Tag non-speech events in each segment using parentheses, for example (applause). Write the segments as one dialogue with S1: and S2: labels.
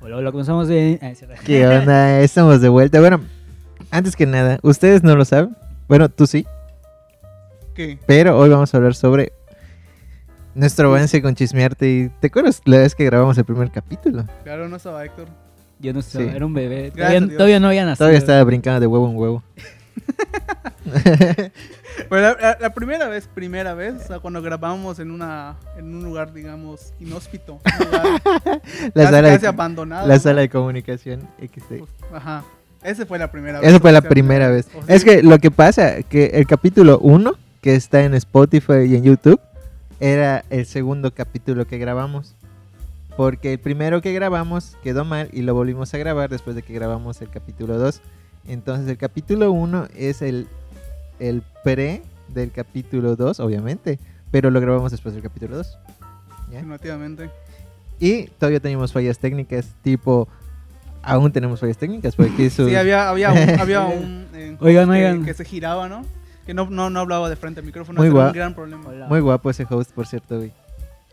S1: Hola, hola, ¿cómo estamos? Eh, ah, es cierto.
S2: ¿Qué onda? Estamos de vuelta. Bueno, antes que nada, ustedes no lo saben. Bueno, tú sí.
S3: ¿Qué?
S2: Pero hoy vamos a hablar sobre nuestro avance con chismearte. y- ¿Te acuerdas la vez que grabamos el primer capítulo?
S3: Claro, no estaba Héctor.
S1: Yo no sé,
S2: Sí.
S1: era un bebé.
S3: Gracias
S1: Todavía,
S3: a Dios.
S1: todavía no había nacido.
S2: Todavía estaba brincando de huevo en huevo.
S3: Pero la, la- la primera vez, primera vez,
S2: Eh.
S3: o sea, cuando grabamos en una en un lugar, digamos,
S2: (laughs)
S3: inhóspito. un lugar
S2: La
S3: casi,
S2: sala,
S3: casi
S2: de,
S3: abandonado.
S2: la sala de comunicación XD.
S3: Pues, Ajá. Esa fue la primera vez.
S2: Esa fue la
S3: o sea,
S2: primera vez.
S3: o sea,
S2: Es que lo que pasa, que el capítulo 1, que está en Spotify y en YouTube, era el segundo capítulo que grabamos. Porque el primero que grabamos quedó mal y lo volvimos a grabar después de que grabamos el capítulo 2. Entonces el capítulo 1 es el, el pre del capítulo 2, obviamente. Pero lo grabamos después del capítulo 2.
S3: Definitivamente.
S2: Y todavía teníamos fallas técnicas, tipo... Aún tenemos fallas técnicas,
S3: (laughs)
S2: porque eso...
S3: Sí, había,
S2: (laughs)
S3: había un. Había un eh,
S1: Oigan,
S3: que,
S1: oigan.
S3: que se giraba, ¿no? Que no, no, no hablaba de frente al micrófono.
S2: Muy
S3: ese era un
S2: guau.
S3: gran problema.
S1: Hola.
S2: Muy guapo ese host, por cierto, güey.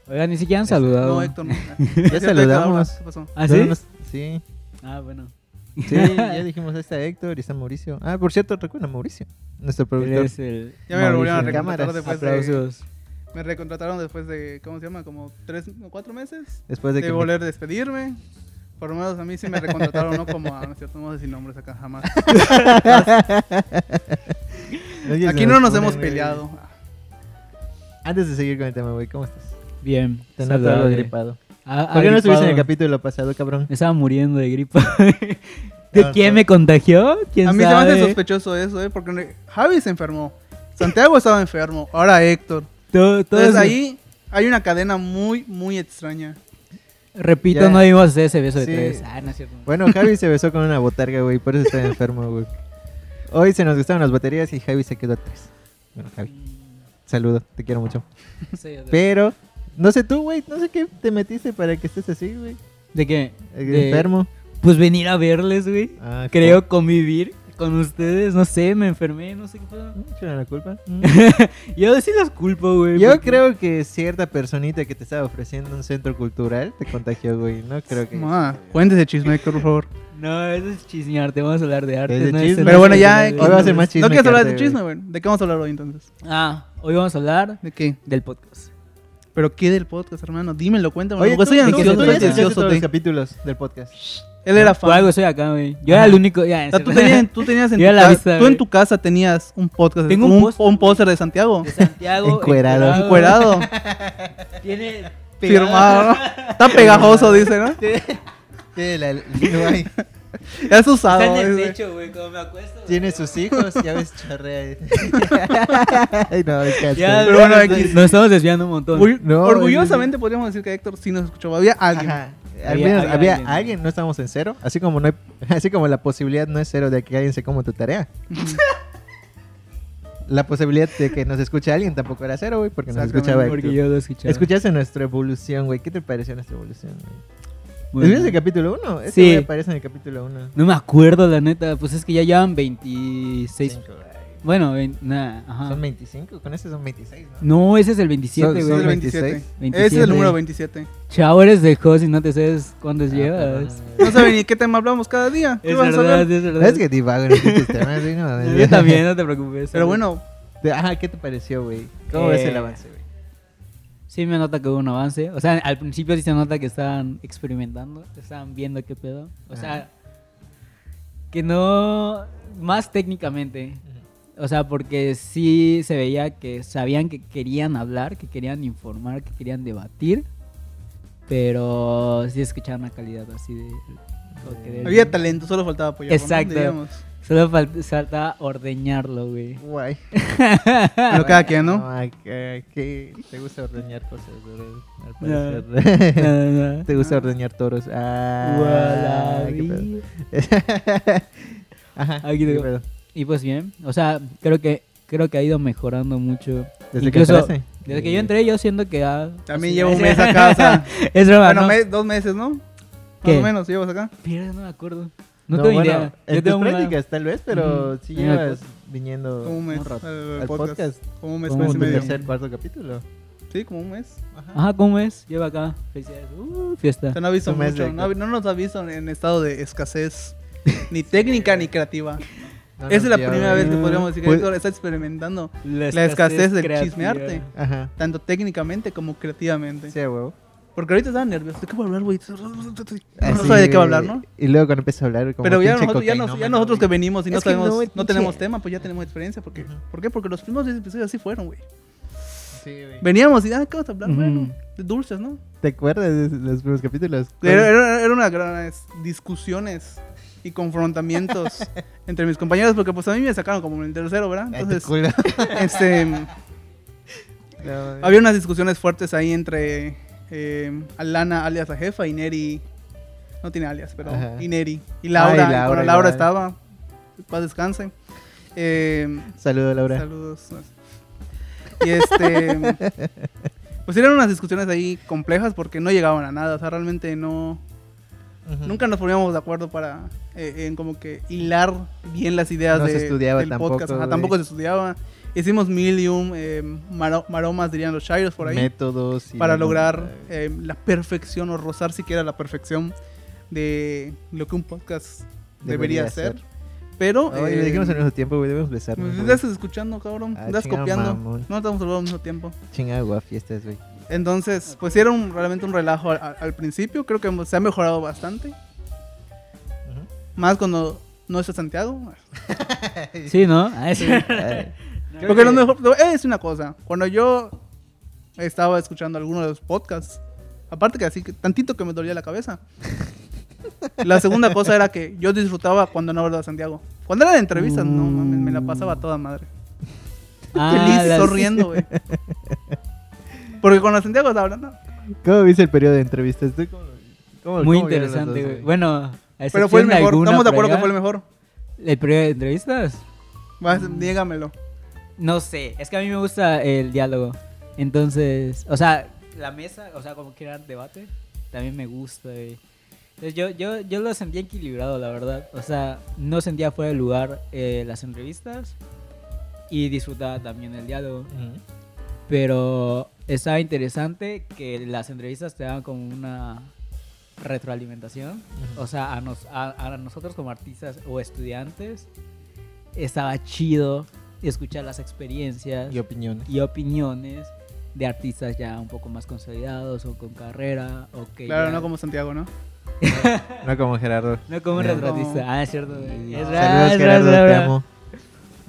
S1: Oigan, ni siquiera han
S2: Este,
S1: saludado.
S3: No,
S2: (laughs)
S3: Héctor, no. Ah, es cierto, Héctor,
S2: saludamos.
S3: habla, ¿Qué pasó?
S1: ¿Ah,
S2: No,
S1: sí?
S2: no- sí.
S1: Ah, bueno.
S2: (laughs) Sí, ya dijimos, ahí está Héctor y está Mauricio. Ah, por cierto, recuerda a Mauricio, nuestro productor.
S1: Eres el...
S3: Ya me lo volvieron a
S2: Mauricio.
S3: recontratar
S2: Cámaras,
S3: después de,
S1: Aplausos.
S3: Me recontrataron después de. ¿Cómo se llama? Como tres o cuatro meses.
S2: Después de que
S3: de volver a despedirme. Por lo menos a mí sí me recontrataron, ¿no? Como, ah, no es cierto, no voy a decir nombres acá jamás.
S2: Oye,
S3: Aquí
S2: se
S3: no nos
S2: pone,
S3: hemos
S2: güey.
S3: peleado.
S2: Antes de seguir con el tema, güey, ¿cómo estás?
S1: Bien.
S2: Te noto
S1: saludable.
S2: algo gripado.
S1: Ah,
S2: ¿Por qué no estuviste en el
S1: agripado.
S2: capítulo pasado, cabrón?
S1: Me estaba muriendo de
S2: (laughs)
S1: gripa. ¿De
S2: Ah,
S1: quién
S2: no.
S1: me contagió? ¿Quién
S3: A mí se
S1: sabe?
S3: me hace sospechoso eso, ¿eh? Porque ne- Javi se enfermó. Santiago estaba enfermo. Ahora Héctor.
S1: To- todos-
S3: Entonces ahí hay una cadena muy, muy extraña.
S1: Repito,
S2: Ya.
S1: no dimos hacer ese beso de
S2: Sí.
S1: tres. Ah, no es cierto.
S2: Bueno, Javi se besó con una botarga, güey, por eso está enfermo, güey. Hoy se nos gastaron las baterías y Javi se quedó atrás. Bueno, Javi, saludo, te quiero mucho.
S1: Sí, o sea,
S2: Pero, no sé tú, güey, no sé qué te metiste para que estés así, güey.
S1: ¿De qué?
S2: eh,
S1: De-
S2: Enfermo. Ah,
S1: Pues venir a verles, güey.
S2: Ay,
S1: Creo convivir con ustedes. No sé, me enfermé, no sé qué fue.
S2: po- ¿Yo no la culpa? Mm.
S1: Yo sí los culpo, güey.
S2: Yo
S1: porque-
S2: creo que cierta personita que te estaba ofreciendo un centro cultural te contagió, güey. No creo que.
S3: Ma, cuéntese chisme, Héctor, por favor.
S1: No, eso es chismearte. Vamos a hablar de arte.
S2: Es de
S1: no
S2: chisme.
S3: Pero bueno, ya.
S1: de-
S2: Hoy
S3: Héctor,
S2: va a ser
S3: entonces-
S2: más chisme
S3: No quieres
S2: que
S3: hablar de
S2: arte,
S3: chisme, güey. ¿De qué vamos a hablar hoy entonces?
S1: Ah, hoy vamos a hablar
S3: ¿De qué?
S1: del podcast.
S3: ¿Pero qué del podcast, hermano? Dímelo, cuéntame.
S2: Oye,
S1: pues
S3: Porque
S2: tú,
S3: estoy
S2: tú,
S3: ansioso,
S2: tú
S3: estoy
S2: ya escuchaste
S3: ansioso,
S2: todos los
S3: te-
S2: capítulos del podcast.
S3: Él era
S1: Por
S3: fan.
S1: algo soy acá, güey. Yo era
S3: Ajá.
S1: el único. Ya,
S3: O sea, tú, tenías,
S1: (laughs)
S3: tú tenías en,
S1: Yo
S3: tu
S1: la
S3: ca-
S1: vista,
S3: tú en
S1: güey.
S3: tu casa tenías un podcast,
S1: Tengo un
S3: un,
S1: póster,
S3: un póster de Santiago,
S1: De Santiago. (laughs)
S2: Encuerado.
S3: encuerado,
S1: Tiene. pegada-
S3: firmado, ¿no? Está pegajoso, dice, ¿no?
S2: Sí, la- no hay.
S3: Ya es usado.
S1: Está en el
S3: dice.
S1: techo, güey. Como me acuesto. güey.
S2: Tiene sus hijos, ya ves, chorrea. (laughs) ahí. Ay, no, descansa.
S1: Ya,
S3: Pero bueno,
S1: nos-
S3: X.
S1: nos estamos desviando un montón.
S3: Orgu-
S2: No,
S3: orgullosamente podríamos decir que Héctor sí nos escuchó. Había alguien.
S2: Ajá. Al
S1: Había-
S2: menos
S1: había
S2: había
S1: alguien.
S2: alguien, no estábamos en cero. Así como no hay, así como la posibilidad no es cero de que alguien se coma
S1: (laughs)
S2: tu tarea. La posibilidad de que nos escuche alguien tampoco era cero, güey, porque nos
S3: Exactamente,
S2: escuchaba.
S1: Porque
S2: Héctor.
S1: yo lo escuchaba.
S2: Escuchaste nuestra evolución, güey. ¿Qué te pareció nuestra evolución, güey?
S1: Bueno.
S2: ¿Es el capítulo 1? Este
S1: Pues Sí.
S2: güey aparece en el capítulo 1.
S1: No me acuerdo, la neta. Pues es que ya llevan 26. Bueno, vein- nah, ajá.
S2: Son 25, con ese son 26, ¿no?
S1: No, ese es el
S2: Son-
S1: 27,
S3: Ese
S2: son
S3: es
S1: güey.
S3: el
S2: 26.
S3: 27. Ese es
S1: 27.
S3: el número 27.
S1: Chao, eres de host y no te sabes cuántos
S2: Ah,
S1: llevas.
S2: (laughs) perdón.
S3: No sabe ni qué tema hablamos cada día.
S1: (laughs)
S3: ¿Qué
S1: Es
S3: vamos a
S1: verdad,
S3: hablar?
S1: es verdad.
S2: ¿Sabes que divago en los pinches temas, güey?
S1: (laughs)
S2: No, mames.
S1: Yo
S2: (laughs)
S1: también, no te preocupes.
S3: Pero bueno,
S2: Te- Ajá, ¿qué te pareció, güey? ¿Cómo
S1: Eh.
S2: ves el avance, güey?
S1: Sí me nota que hubo un avance. O sea, al principio sí se nota que estaban experimentando, estaban viendo qué pedo. O sea, que no... Más técnicamente. O sea, porque sí se veía que sabían que querían hablar, que querían informar, que querían debatir. Pero sí escuchaban una calidad así de... lo que debe.
S3: había talento, solo faltaba apoyarlo. ¿no?
S1: Exacto. (laughs)
S3: Digamos.
S1: Solo fal- falta ordeñarlo,
S2: (laughs)
S1: güey.
S2: Guay.
S3: Pero cada
S1: (laughs)
S3: quien, ¿no?
S2: ay, que, que te gusta ordeñar cosas, bro. Al
S1: No.
S2: parecer. (laughs)
S1: No, no, no.
S2: te gusta ordeñar toros. Ah,
S1: Guala,
S2: qué pedo.
S1: vi.
S2: (laughs) Ajá,
S1: Aquí te-
S2: qué pedo.
S1: Y pues bien, o sea, creo que creo que ha ido mejorando mucho.
S2: Desde
S1: Incluso,
S2: que entraste.
S1: Desde que yo entré, yo siento que ha...
S3: También llevo un mes a casa.
S1: (laughs) es broma,
S3: Bueno,
S1: ¿no?
S3: mes- dos meses, ¿no?
S1: ¿Qué?
S3: Más o menos, llevas acá.
S1: Mira, no me acuerdo. No, tengo
S2: bueno,
S1: idea.
S2: En
S1: Yo
S2: tus
S1: tengo una-
S2: prácticas, tal vez, pero si sí
S1: En el
S2: llevas viniendo
S3: Como un mes.
S1: un rato.
S3: al- al
S2: al podcast.
S3: Como un mes,
S1: Como
S3: mes
S2: Como
S3: y
S1: un
S2: tu
S3: medio.
S1: mes.
S2: tercer, cuarto capítulo.
S3: Sí, como un mes.
S1: Ajá, ¿cómo es? Lleva acá. Felicidades. Uh,
S3: O
S1: fiesta.
S3: (laughs) sea, no aviso
S2: Un mes
S3: mucho.
S2: de-
S3: No, avi- no nos aviso en estado
S2: (laughs)
S3: de escasez. ni técnica ni creativa.
S2: No
S3: Esa es
S2: nos
S3: la
S2: dio,
S3: primera
S2: güey.
S3: vez que podríamos decir que
S2: Pues-
S3: Héctor está experimentando. La escasez del
S1: creativa.
S3: chismearte.
S2: Ajá.
S3: Tanto técnicamente como creativamente.
S2: Sí, a huevo.
S3: Porque ahorita estaba nervioso. ¿De qué voy a hablar, güey? No
S2: Así,
S3: sabía de qué va a
S2: güey.
S3: hablar, ¿no?
S2: Y luego cuando empieza a hablar, Ah, como
S3: Pero ya
S2: pinche
S3: nosotros, ya, nos- ya
S2: cocainómano,
S3: nosotros que
S2: güey.
S3: venimos y no,
S2: Es que
S3: sabemos,
S2: no,
S3: no,
S2: es pinche-
S3: tenemos tema, pues ya tenemos experiencia. Porque,
S2: Ujú.
S3: ¿Por qué? Porque los primeros 10 episodios así fueron, güey.
S2: Sí, güey.
S3: Veníamos y, ah, ¿qué vas a hablar? Bueno,
S1: Ujú.
S3: de dulces, ¿no?
S2: ¿Te acuerdas de los primeros capítulos?
S3: Era, era- era una gran es, discusiones y confrontamientos
S2: (laughs)
S3: entre mis compañeros, porque pues a mí me sacaron como en el tercero, ¿verdad?
S2: Ay, tu
S3: Entonces,
S2: culo.
S3: (laughs)
S2: (laughs)
S3: este,
S2: No, güey.
S3: había unas discusiones fuertes ahí entre eh, Alana, alias la jefa, y Neri, no tiene alias, pero
S2: Ajá.
S3: y Neri, y Laura,
S2: Ah, y Laura
S3: bueno, Laura
S2: igual.
S3: estaba, paz descanse. Eh,
S2: Saludos, Laura.
S3: Saludos. Y este.
S2: (laughs)
S3: pues eran unas discusiones ahí complejas porque no llegaban a nada. O sea, realmente no.
S2: Ujú.
S3: Nunca nos poníamos de acuerdo para. eh, en como que hilar bien las ideas
S2: No
S3: de,
S2: se estudiaba
S3: del
S2: tampoco,
S3: podcast. Ajá,
S2: güey.
S3: tampoco se estudiaba. Hicimos Milium, eh, maro- maromas dirían los Shiros por ahí.
S2: Métodos. y
S3: para
S2: la-
S3: lograr eh, la perfección o rozar siquiera la perfección de lo que un podcast debería,
S2: Debería
S3: ser.
S2: ser.
S3: Pero.
S2: Oye,
S3: eh,
S2: lo dijimos al mismo tiempo, güey. Debemos besarnos.
S3: pues,
S2: güey.
S3: estás escuchando, cabrón.
S2: Ah,
S3: estás
S2: chingado
S3: copiando.
S2: mamón.
S3: No estamos hablando al mismo tiempo.
S2: Chinga agua, fiestas,
S3: (laughs)
S2: güey.
S3: Entonces, pues sí era un- realmente un relajo al, al- al principio. Creo que hemos- se ha mejorado bastante. Más cuando no está Santiago.
S1: Sí, ¿no? Ah,
S3: (laughs)
S1: es-
S2: Ay,
S3: Porque lo mejor. lo- eh, Es una cosa. Cuando yo estaba escuchando alguno de los podcasts, aparte que así, que tantito que me dolía
S2: (laughs)
S3: la cabeza. La segunda cosa era que yo disfrutaba cuando no hablaba de Santiago. Cuando era de entrevistas, no mames, me la pasaba a toda madre.
S1: Ah,
S3: Feliz,
S1: las-
S3: sonriendo, güey. Porque cuando Santiago estaba hablando,
S2: ¿Cómo viste el periodo de entrevistas? ¿Tú cómo,
S1: (laughs)
S2: cómo-
S1: Muy
S2: cómo vieron los
S1: interesante,
S2: dos,
S1: güey. Bueno, a
S3: Pero fue
S1: excepción
S3: el
S1: de
S3: mejor.
S1: alguna
S3: Estamos de
S1: por
S3: acuerdo que
S1: allá,
S3: fue el mejor.
S1: ¿El periodo de entrevistas?
S3: Vas,
S1: Mm.
S3: Dígamelo.
S1: No sé, es que a mí me gusta el diálogo. Entonces, o sea, la mesa, o sea, como que era debate, también me gusta. güey. Entonces yo, yo, yo lo sentía equilibrado, la verdad. O sea, no sentía fuera de lugar eh, las entrevistas y disfrutaba también el diálogo.
S2: Ujú.
S1: Pero estaba interesante que las entrevistas te daban como una retroalimentación.
S2: Ujú.
S1: O sea, a, nos- a- a nosotros como artistas o estudiantes estaba chido escuchar las experiencias
S2: Y opiniones.
S1: y opiniones de artistas ya un poco más consolidados o con carrera o que
S3: Claro,
S1: ya-
S3: no como Santiago, ¿no?
S2: No como Gerardo.
S1: no como un
S2: No.
S1: retratista. Ah, es cierto. güey. Es verdad,
S2: Saludos,
S1: es verdad,
S2: Gerardo,
S1: es
S2: te
S1: verdad.
S2: amo.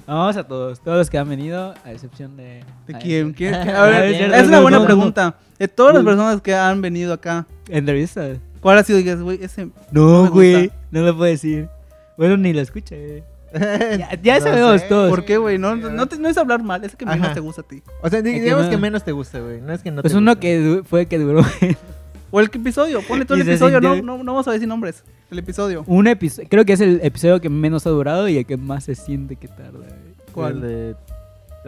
S1: Vamos a todos, todos los que han venido, a excepción de...
S3: ¿De
S1: a- (laughs)
S3: quién? ¿Quién?
S1: Ah,
S3: A ver,
S1: es cierto,
S3: es una
S1: no,
S3: buena
S1: no, no.
S3: pregunta. De todas las
S1: Mm.
S3: personas que han venido acá,
S1: Entrevistas.
S3: ¿cuál ha sido? Digas, güey, ese.
S1: No,
S3: me
S1: güey,
S3: gusta.
S1: no lo puedo decir. Bueno, ni lo escucha, güey. (laughs) Ya, ya
S2: No
S1: sabemos
S2: sé.
S1: todos.
S3: Eh, ¿Por qué, güey? No,
S2: Sí, a ver.
S3: no, te- no es hablar mal, es el que menos
S2: Ajá.
S3: te gusta a ti.
S2: O sea, di-
S1: Es que
S2: digamos
S1: no.
S2: que menos te gusta, güey. No es que no
S1: Pues
S2: te
S1: uno
S2: guste.
S1: que du- fue que duró (laughs)
S3: O el que episodio, ponle todo el
S1: Y se
S3: episodio, no,
S1: sintió-
S3: no, no vamos a decir nombres. El episodio.
S1: un episodio. Creo que es el episodio que menos ha durado y el que más se siente que tarda. güey.
S3: ¿Cuál?
S2: El de-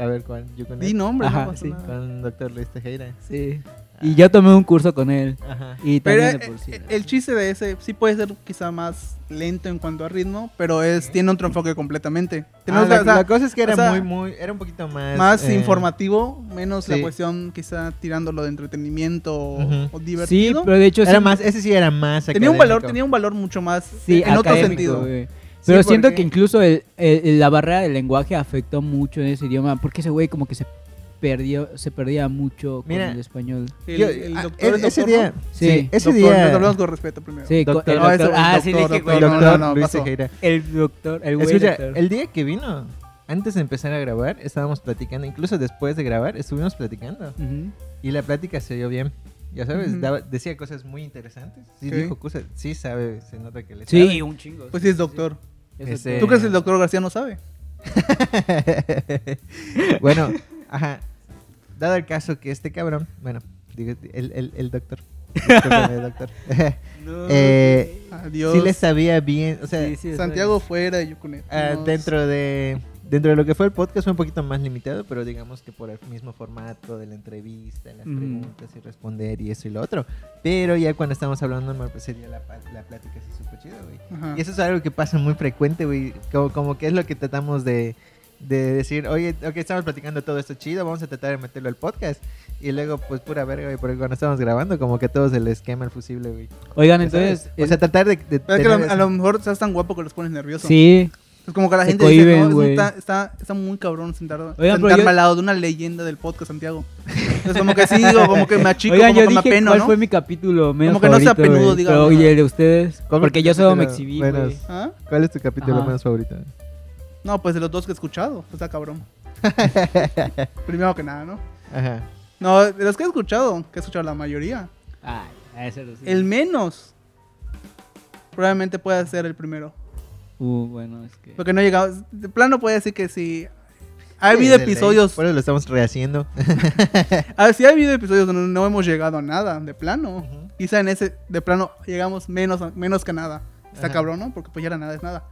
S2: A ver, ¿cuál? Yo con
S3: Di
S2: él.
S3: nombres,
S1: Ajá,
S3: no pasa
S1: sí.
S3: nada.
S2: Con Doctor Luis Tejera.
S1: Sí. Y yo tomé un curso con él.
S2: Ajá.
S1: Y
S3: Pero
S1: también de
S3: eh,
S1: por sí.
S3: eh, el chiste de ese sí puede ser quizá más lento en cuanto a ritmo, pero es tiene otro enfoque completamente. Tenemos
S2: Ah,
S3: la-
S2: la,
S3: o sea,
S2: la cosa es que era
S3: o sea,
S2: muy, muy. Era un poquito más.
S3: más
S2: eh,
S3: informativo, menos la
S2: sí.
S3: cuestión quizá tirándolo de entretenimiento o-
S2: Ujú.
S3: o
S1: sí,
S3: divertido.
S1: pero de hecho
S2: Era
S1: sí-
S2: más, ese sí era más.
S3: tenía un valor,
S2: académico.
S3: tenía un valor mucho más eh,
S1: sí,
S3: en otro
S1: académico,
S3: sentido.
S1: güey. Pero
S2: Sí,
S1: siento
S2: porque-
S1: que incluso el- el- la barrera del lenguaje afectó mucho en ese idioma porque ese güey como que se perdió, se perdía mucho
S2: Mira.
S1: con el español.
S3: El,
S2: Yo-
S3: el
S2: ah,
S3: doctor,
S2: e-
S3: el
S2: ese
S3: doctor,
S2: día.
S3: ¿no?
S1: Sí.
S2: Sí, ese
S3: Doctor,
S2: día.
S3: nos hablamos con respeto primero.
S1: Sí, co-
S2: Doctor-
S1: el
S2: No,
S3: ese
S1: doctor-
S3: es
S1: ah, sí, le
S3: doctor,
S1: dije, güey,
S2: El
S3: no,
S2: doctor
S3: no,
S2: Luis
S3: pasó.
S2: Tejera.
S1: el doctor, el güey
S2: Escucha,
S1: doctor.
S2: el día que vino, antes de empezar a grabar, estábamos platicando. Incluso después de grabar, estuvimos platicando.
S1: Ujú.
S2: Y la plática se dio bien. Ya sabes,
S3: Ujú.
S2: daba- decía cosas muy interesantes. Sí,
S3: Ok.
S2: dijo cosas. Sí, sabe, se nota que le
S1: Sí, un chingo.
S3: Pues sí es doctor.
S1: Es
S2: Ese-
S1: doctor.
S3: ¿Tú crees que el doctor García no sabe?
S2: sabe. (laughs) bueno, ajá. Dado el caso que este cabrón, bueno, digo, el, el, el doctor. (laughs) discúlpame, doctor. (laughs)
S1: No,
S2: Eh,
S1: güey.
S3: Adiós.
S2: sí le sabía bien. O sea,
S1: Sí, sí, está
S3: Santiago fuera de Yucune.
S2: ah,
S3: Nos-
S2: dentro de. Dentro de lo que fue el podcast fue un poquito más limitado, pero digamos que por el mismo formato de la entrevista, las
S3: Mm.
S1: Ujú.
S2: preguntas y responder y eso y lo otro. Pero ya cuando estamos hablando normal, pues sería la, pa- la plática así súper chida, güey.
S3: Ajá.
S2: Y eso es algo que pasa muy frecuente, güey. Como, como que es lo que tratamos de, de decir, oye, ok, estamos platicando todo esto chido, vamos a tratar de meterlo al podcast. Y luego, pues pura verga, güey, porque cuando estábamos grabando, como que a todos se les quema el fusible, güey.
S1: Oigan,
S2: Ya
S1: entonces.
S2: sabes. o sea, tratar de. de
S3: Pero es que a
S2: tener
S3: lo- a
S2: ese-
S3: lo mejor estás tan guapo que los pones nerviosos.
S1: sí.
S3: Es como que la
S1: Te
S3: gente
S1: cohíben,
S3: dice, no,
S1: güey.
S3: es- está, está, está muy cabrón sentar,
S1: pero
S3: sentarme
S1: yo-
S3: al lado de una leyenda del
S1: (laughs)
S3: podcast, Santiago. Es como que sí, digo, como que me achico,
S1: Oigan,
S3: como
S1: yo
S3: que me
S1: dije
S3: apeno,
S1: cuál
S3: ¿no?
S1: fue mi capítulo menos
S3: Como que no sea
S1: favorito,
S3: peludo,
S1: güey.
S3: digamos,
S1: Pero,
S3: ¿no?
S1: Oye, el de ustedes.
S2: ¿Cuál fue
S1: Porque
S2: tu
S1: yo solo me
S2: capítulo?
S1: exhibí,
S2: Bueno,
S1: güey.
S3: ¿Ah?
S2: ¿Cuál es tu capítulo
S1: Ajá.
S2: menos favorito?
S3: No, pues de los dos que he escuchado, pues, está
S1: (laughs)
S3: cabrón. Primero que nada, ¿no?
S2: Ajá.
S3: No, de los que he escuchado, que he escuchado la mayoría,
S1: Ay, a ese lo sí.
S3: el menos probablemente pueda ser el primero.
S1: Uh, bueno, es que.
S3: Porque no he llegado, de plano puede decir que sí. Ha
S2: Sí,
S3: habido
S2: de ley.
S3: episodios,
S2: Por eso lo estamos (laughs) rehaciendo.
S3: ah, sí ha habido episodios donde no hemos llegado a nada, de plano. Quizá en ese, de plano, llegamos menos, a- menos que nada. Está
S2: Ajá.
S3: cabrón, ¿no? Porque pues ya era nada, es nada.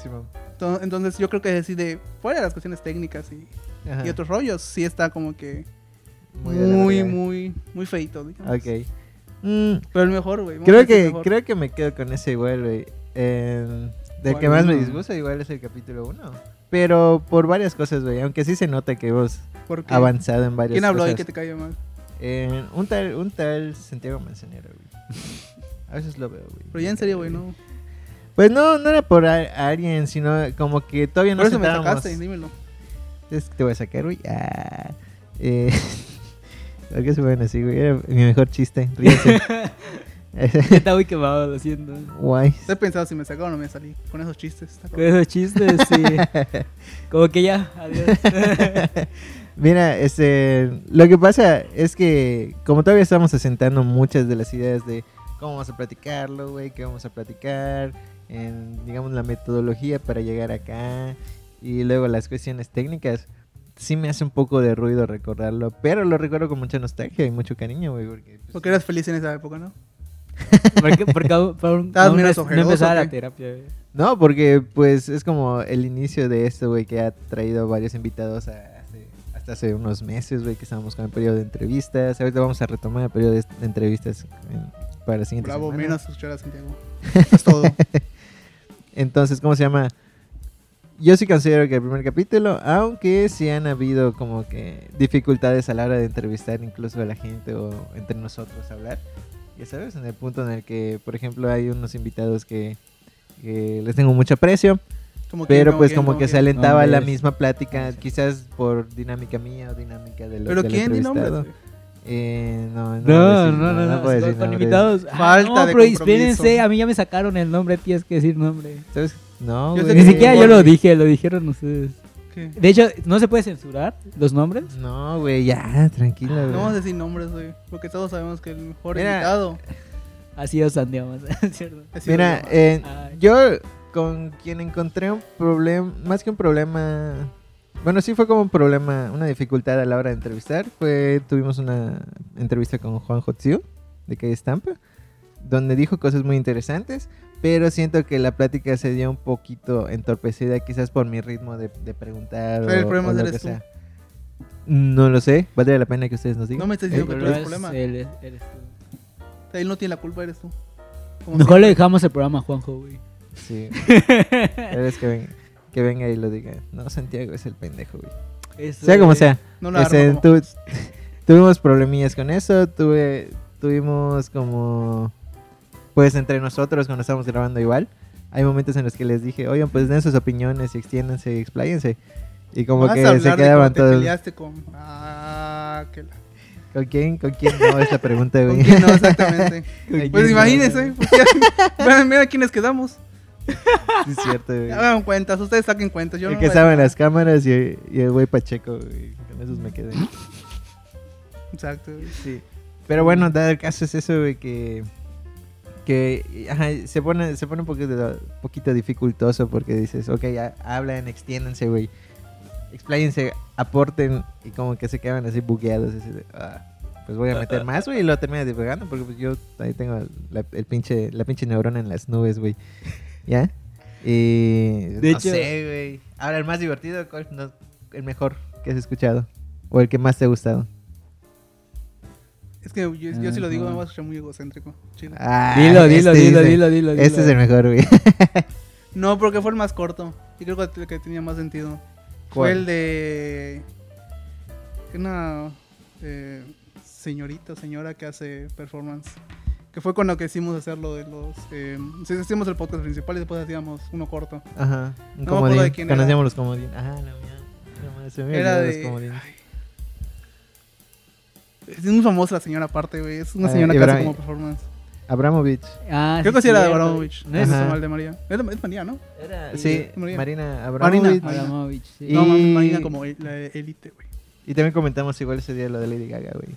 S2: Simón.
S3: Ento- Entonces yo creo que sí de, fuera de las cuestiones técnicas y,
S2: Ajá.
S3: y otros rollos, sí está como que muy,
S2: de la
S3: muy,
S2: verga.
S3: muy, feito. digamos.
S2: Ok. Mm,
S3: Pero el mejor, güey. vamos a
S2: creo,
S3: decir
S2: que,
S3: mejor.
S2: creo que me quedo con ese igual, güey. Eh, del
S3: ¿Cuál
S2: que más me
S3: uno?
S2: disgusta igual es el capítulo 1. Pero por varias cosas, güey. Aunque sí se nota que hemos
S3: Porque-
S2: avanzado en varias
S3: ¿Quién habló ahí
S2: cosas.
S3: que te cayó mal?
S2: Eh, un, tal, un tal Santiago Manzanero, güey. (laughs) A veces lo veo, güey.
S3: Pero ya en serio, güey, no.
S2: Pues no, no era por a- alguien, sino como que todavía no
S3: Por eso me
S2: sentábamos-
S3: sacaste, dímelo.
S2: Es que te voy a sacar, güey. Ah. Eh, (laughs) ¿Por qué se ven así, güey? Era mi mejor chiste. Ríense.
S1: (laughs) Está muy quemado, lo siento.
S2: (laughs) Guay. (laughs)
S3: He pensado si me sacaba o no me salí con esos chistes. está
S1: Con
S3: cabrón.
S1: esos chistes,
S3: (laughs)
S1: sí. Como que ya, adiós.
S2: Mira, este, lo que pasa es que como todavía estamos asentando muchas de las ideas de cómo vamos a platicarlo, güey, qué vamos a platicar, en, digamos la metodología para llegar acá y luego las cuestiones técnicas, sí me hace un poco de ruido recordarlo, pero lo recuerdo con mucha nostalgia y mucho cariño, güey, porque, pues,
S3: Porque eras feliz en esa época, ¿no?
S1: Porque, porque aún, aún
S3: Estabas
S1: no,
S3: menos
S1: es- no
S3: ojeroso,
S1: empezaba
S3: ¿o qué?
S1: la terapia, güey.
S2: no, porque pues es como el inicio de esto, güey, que ha traído varios invitados a- hace- hasta hace unos meses, güey, que estábamos con el periodo de entrevistas. Ahorita vamos a retomar el periodo de de entrevistas en- para la siguiente
S3: Bravo,
S2: semana.
S3: menos escuchar a Santiago.
S2: (laughs)
S3: Es todo.
S2: Entonces, ¿cómo se llama? Yo sí considero que el primer capítulo, aunque sí han habido como que dificultades a la hora de entrevistar incluso a la gente o entre nosotros hablar. Ya sabes, en el punto en el que, por ejemplo, hay unos invitados que, que les tengo mucho aprecio,
S3: Como que
S2: pero
S3: no,
S2: pues como que
S3: no,
S2: se alentaba
S1: Nombres.
S2: la misma plática, quizás por dinámica mía o dinámica de los
S3: Pero ¿quién? Di nombres,
S2: entrevistado.
S3: güey.
S2: Eh, no, pues, no, voy a
S1: No,
S2: decir,
S1: no, no, no.
S2: puedo decir
S1: con- con
S2: nombres.
S1: invitados. Ah,
S3: Falta
S1: no,
S3: de
S1: pero
S3: compromiso.
S1: espérense, a mí ya me sacaron el nombre, tienes que decir nombre.
S2: ¿Sabes? pues, No,
S3: Yo sé
S2: güey.
S1: Ni
S3: que-
S1: siquiera yo lo dije, lo dijeron ustedes.
S3: ¿Qué?
S1: De hecho, ¿no se puede censurar los nombres?
S2: No, güey, ya, tranquilo. güey.
S3: No vamos a decir nombres, güey. Porque todos sabemos que el mejor
S2: Mira.
S3: invitado
S1: Ha sido Santiago, (laughs) Manzanero, ¿cierto?
S3: ha sido
S2: Mira,
S3: yo.
S2: eh,
S1: Ay.
S2: yo con quien encontré un problema, más que un problema, bueno, sí fue como un problema, una dificultad a la hora de entrevistar, fue, tuvimos una entrevista con Juan Jotsiu, de Calle Estampa, donde dijo cosas muy interesantes, pero siento que la plática se dio un poquito entorpecida, quizás por mi ritmo de, de preguntar
S3: Pero el
S2: o,
S3: problema
S2: o lo
S3: eres
S2: que
S3: tú.
S2: sea. No lo sé, valdría la pena que ustedes nos digan.
S3: No me estés
S2: Eh,
S3: diciendo que tú
S1: Pero
S3: eres el
S1: es-
S3: problema.
S1: él- eres tú.
S3: Él no tiene la culpa, eres tú. Como
S1: Mejor le dejamos el programa a Juanjo, güey.
S2: Sí. Pero es que venga, que venga y lo diga. No, Santiago es el pendejo, güey.
S1: Eso
S2: Sea como
S1: es-
S2: sea.
S3: siempre. No la
S2: este,
S3: arma como-
S2: tu- tuvimos problemillas con eso. Tuve, tuvimos como. Pues entre nosotros, cuando estábamos grabando, igual. Hay momentos en los que les dije, oigan, pues den sus opiniones y extiéndanse y expláyense. Y como
S3: Vas a
S2: que
S3: hablar de
S2: se
S3: cómo
S2: quedaban
S3: te
S2: todos.
S3: peleaste con... Ah, que la...
S2: ¿Con quién? ¿Con quién? No, es la pregunta,
S3: (laughs) ¿Con
S2: güey.
S3: quién no, exactamente?
S2: (laughs) ¿Con
S3: Pues
S2: quién no?
S3: imagínense. pues, ya- bueno, mira quiénes quedamos.
S2: Sí, es
S3: (laughs)
S2: cierto, güey.
S3: Hagan cuentas, ustedes saquen cuentas. Ah, Yo
S2: el
S3: no
S2: que
S3: voy a-
S2: estaba en las cámaras y, y el güey Pacheco, güey. Con esos me quedé.
S3: Exacto. güey.
S2: Sí. Pero bueno, dado el caso es eso, güey, que, que ajá, se pone, se pone un poquito, poquito dificultoso porque dices, ok, ya hablan, extiéndanse, güey. Expláyense, aporten y como que se quedan así bugueados. así de, ah, pues voy a meter más, güey, y lo termina divagando porque pues yo ahí tengo la, el pinche, la pinche neurona en las nubes, güey. ¿Ya? Y,
S1: De
S2: no
S1: hecho-
S2: sé, güey. Ahora, el más divertido, ¿cuál? No, el mejor que has escuchado o el que más te ha gustado.
S3: Es que yo, yo si lo digo me voy a escuchar muy egocéntrico. Chile.
S2: Ah,
S1: Dilo, dilo,
S2: este
S1: dilo,
S2: dice-
S1: dilo, dilo, dilo.
S2: Este es el mejor, güey.
S3: No, porque fue el más corto. Y creo que, que tenía más sentido.
S2: ¿Cuál?
S3: Fue el de una eh, señorita, señora que hace performance. Que fue con lo que hicimos hacer lo de los... Eh, sí, hicimos el podcast principal y después hacíamos uno corto.
S2: Ajá. Un
S3: No me acuerdo
S2: comodín.
S3: de quién era.
S2: Conocíamos los comodín. Ah, la mía. La madre, se me
S3: Era
S2: olvidaron
S3: de...
S2: los comodines.
S3: ay. Es muy famosa la señora aparte, güey. Es una
S2: Ah,
S3: señora que hace
S2: Ibrahim.
S3: como performance.
S2: Abramovich.
S1: Ah,
S3: Creo
S1: sí,
S3: que sí era de
S1: cierto.
S3: Abramovich. No
S1: No
S3: es
S1: es
S2: Ajá.
S3: mal de María. Es, es María, ¿no?
S2: Sí,
S3: María.
S2: Marina Abramovich.
S3: Marina.
S1: Abramovich, sí.
S2: Y-
S3: No, mames, María como el- la élite, güey.
S2: Y también comentamos igual ese día lo de Lady Gaga, güey.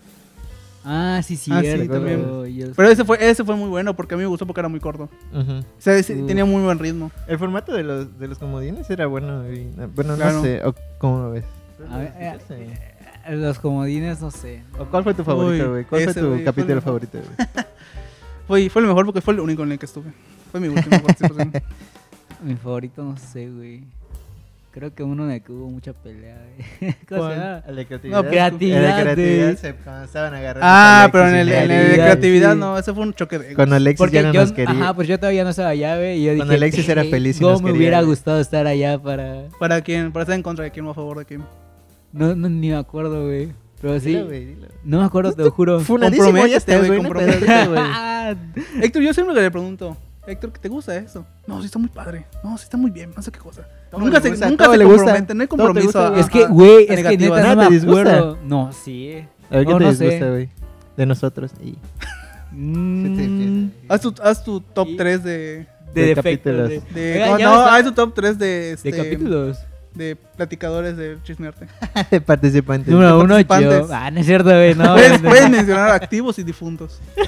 S1: Ah, sí,
S3: Ah, sí,
S1: cierto.
S3: también.
S1: Yo-
S3: Pero ese fue, ese fue muy bueno porque a mí me gustó porque era muy corto.
S2: Ujú.
S3: O sea, ese-
S1: Mm.
S3: tenía muy buen ritmo.
S2: El formato de los, de los comodines era bueno. y- bueno,
S3: Claro.
S2: no sé. o- ¿Cómo lo ves?
S1: A ver, eh,
S2: Sí, sí.
S1: eh, los comodines, no sé.
S2: ¿O ¿Cuál fue tu favorito,
S3: Uy,
S2: güey? ¿Cuál fue
S3: ese,
S2: tu
S3: güey, fue
S2: capítulo
S3: el mejor.
S2: favorito, güey?
S1: (laughs)
S3: Fue, fue el mejor porque fue el único en el que estuve. Fue mi
S2: (laughs)
S3: última participación.
S1: Mi favorito, no sé, güey. Creo que uno en el que hubo mucha pelea, güey. (laughs) ¿Cómo se llama?
S2: El de creatividad.
S1: No, creatividad,
S2: El de creatividad.
S1: güey.
S2: Se, cuando estaban agarrando.
S3: ah,
S2: a
S3: pero en
S2: Alexis
S3: el,
S2: y
S3: en el
S1: Alexis,
S3: de
S2: María.
S3: creatividad
S1: sí.
S3: no, ese fue un choque de egos.
S2: Con Alexis
S1: Porque
S2: ya no
S1: yo,
S2: nos quería.
S1: ajá, pues yo todavía no estaba allá, güey. Y yo
S2: Cuando
S1: dije,
S2: Alexis era
S1: "Ey,
S2: feliz y
S1: cómo
S2: nos
S1: me
S2: quería,
S1: hubiera
S2: güey".
S1: gustado estar allá para...
S3: ¿Para quién? ¿Para estar en contra de quién o a favor de quién?
S1: No, no, ni me acuerdo, güey. Pero pues, sí,
S2: Dilo, güey, dilo.
S1: no me acuerdo, te lo juro.
S2: Funadísimo,
S3: Comprométete,
S2: ya estás,
S3: güey,
S2: güey, no
S1: (laughs)
S3: comprométete,
S2: pedo, güey.
S1: Ah,
S3: Héctor, yo siempre le pregunto, Héctor, ¿qué te gusta eso? No, sí está muy padre. No, sí está muy bien, no sé qué cosa.
S2: Todo
S3: Nunca
S2: le
S3: se,
S2: gusta,
S3: nunca
S2: todo
S3: se
S2: le gusta.
S3: comprometen, no hay
S2: Todo te
S3: compromiso.
S2: gusta,
S3: ajá,
S1: es que, güey, es que
S3: negativo,
S1: neta
S2: ¿no?
S1: no,
S2: ¿Te
S1: me
S2: disgusta?
S1: acuerdo. No, sí.
S2: A ver, ¿qué
S1: No,
S2: te
S1: no sé.
S2: disgusta, güey? De nosotros. Y...
S1: Mm,
S3: Haz tu, haz tu top
S1: Y-
S3: 3 de...
S1: de
S2: de
S1: defectos.
S2: capítulos.
S1: de-
S3: de-
S1: Oiga,
S3: no,
S1: ya
S3: no, ah,
S1: está-
S3: haz tu top 3 de...
S1: de
S3: Este,
S1: capítulos.
S3: de platicadores de chismearte.
S2: (laughs) De participantes.
S1: Número uno, yo.
S3: participantes.
S1: Ah, no es cierto, güey. No,
S3: puedes,
S1: no,
S3: puedes mencionar activos
S2: (laughs)
S3: y difuntos.
S2: (laughs)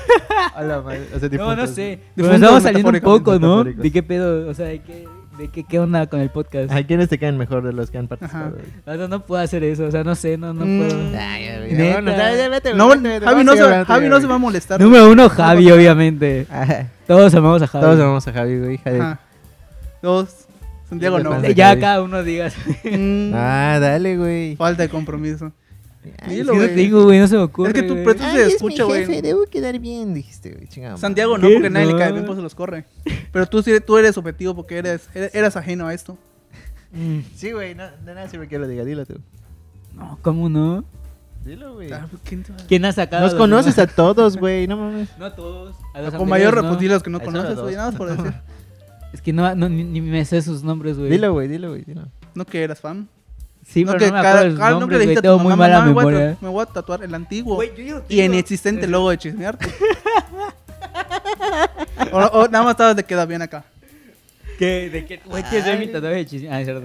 S2: A la madre, o sea,
S1: no, no
S2: difuntos.
S1: sé.
S3: Difuntos
S1: Pero estamos saliendo un
S3: metafóricos,
S1: poco, ¿no?
S2: metafóricos.
S1: ¿De qué pedo? O sea, ¿de qué, de qué, qué onda con el podcast?
S2: ¿A quiénes te caen mejor de los que han participado?
S3: Ajá.
S2: güey?
S1: O sea, no puedo hacer eso. O sea, no sé, no, no
S3: Mm.
S1: puedo.
S2: Ya,
S1: Neta.
S2: bueno, ya, ya, vete,
S3: No,
S2: güey, vete, vete,
S3: Javi,
S2: vamos
S3: no
S2: a
S3: se,
S2: seguir
S3: va-
S2: hablando,
S3: Javi
S2: güey.
S3: no se va a molestar.
S1: Número uno, Javi, obviamente.
S2: Ajá.
S1: Todos amamos a Javi.
S2: Todos amamos a Javi, güey, hija de-
S3: Ajá. Dos. Santiago
S2: Sí,
S3: no.
S2: de
S1: Ya
S2: Javi.
S1: cada uno digas.
S3: (laughs) Mm,
S2: Ah, dale, güey.
S3: Falta de compromiso.
S1: (laughs) Es
S2: Ay,
S3: Dilo,
S1: que no
S3: güey.
S1: tengo, güey, no se me ocurre.
S3: Es que tú
S1: güey.
S3: pretu-
S2: Ay, es
S3: escucha,
S2: mi
S3: güey.
S2: jefe, debo quedar bien, dijiste, güey. chingada madre.
S3: Santiago no,
S1: ¿Qué?
S3: porque nadie le cae bien,
S1: No.
S3: pues se los corre. Pero tú, sí- tú eres objetivo porque eres, eres, eras ajeno a esto.
S1: Mm,
S2: Sí, güey, no, de nada sirve que lo diga, dilo tú.
S1: No, ¿cómo no?
S2: Dilo, güey.
S3: Ah, pues, ¿quién te va a-
S1: ¿Quién ha sacado?
S2: Nos
S1: los
S2: conoces
S1: demás?
S2: a todos, güey, no mames.
S1: No a todos. A los
S3: Con mayor
S1: anteriores, ¿no?
S3: reputí los que no
S2: Ahí son los
S3: conoces,
S2: dos.
S3: güey. Nada más por decir.
S1: (laughs) Es que no, no, ni, ni me sé sus nombres, güey.
S2: Dilo, güey, dilo, güey, dilo.
S3: No que eras fan.
S1: Sí,
S3: no
S1: pero
S3: que
S1: no me
S3: cada-
S1: acuerdo de sus
S3: cada- no que le
S1: nombres, güey.
S3: dijiste a tu
S1: Tengo muy
S3: mamá,
S1: mala
S3: "Mamá, me voy a tra-
S1: memoria. eh.
S3: Me voy a tatuar el antiguo.
S1: yo
S3: Y inexistente logo de chismearte. (laughs) o, o nada más estabas de queda bien acá.
S1: ¿Qué? ¿De qué? Güey, ¿quieres ver mi tatuaje de chisme? Ah, es cierto.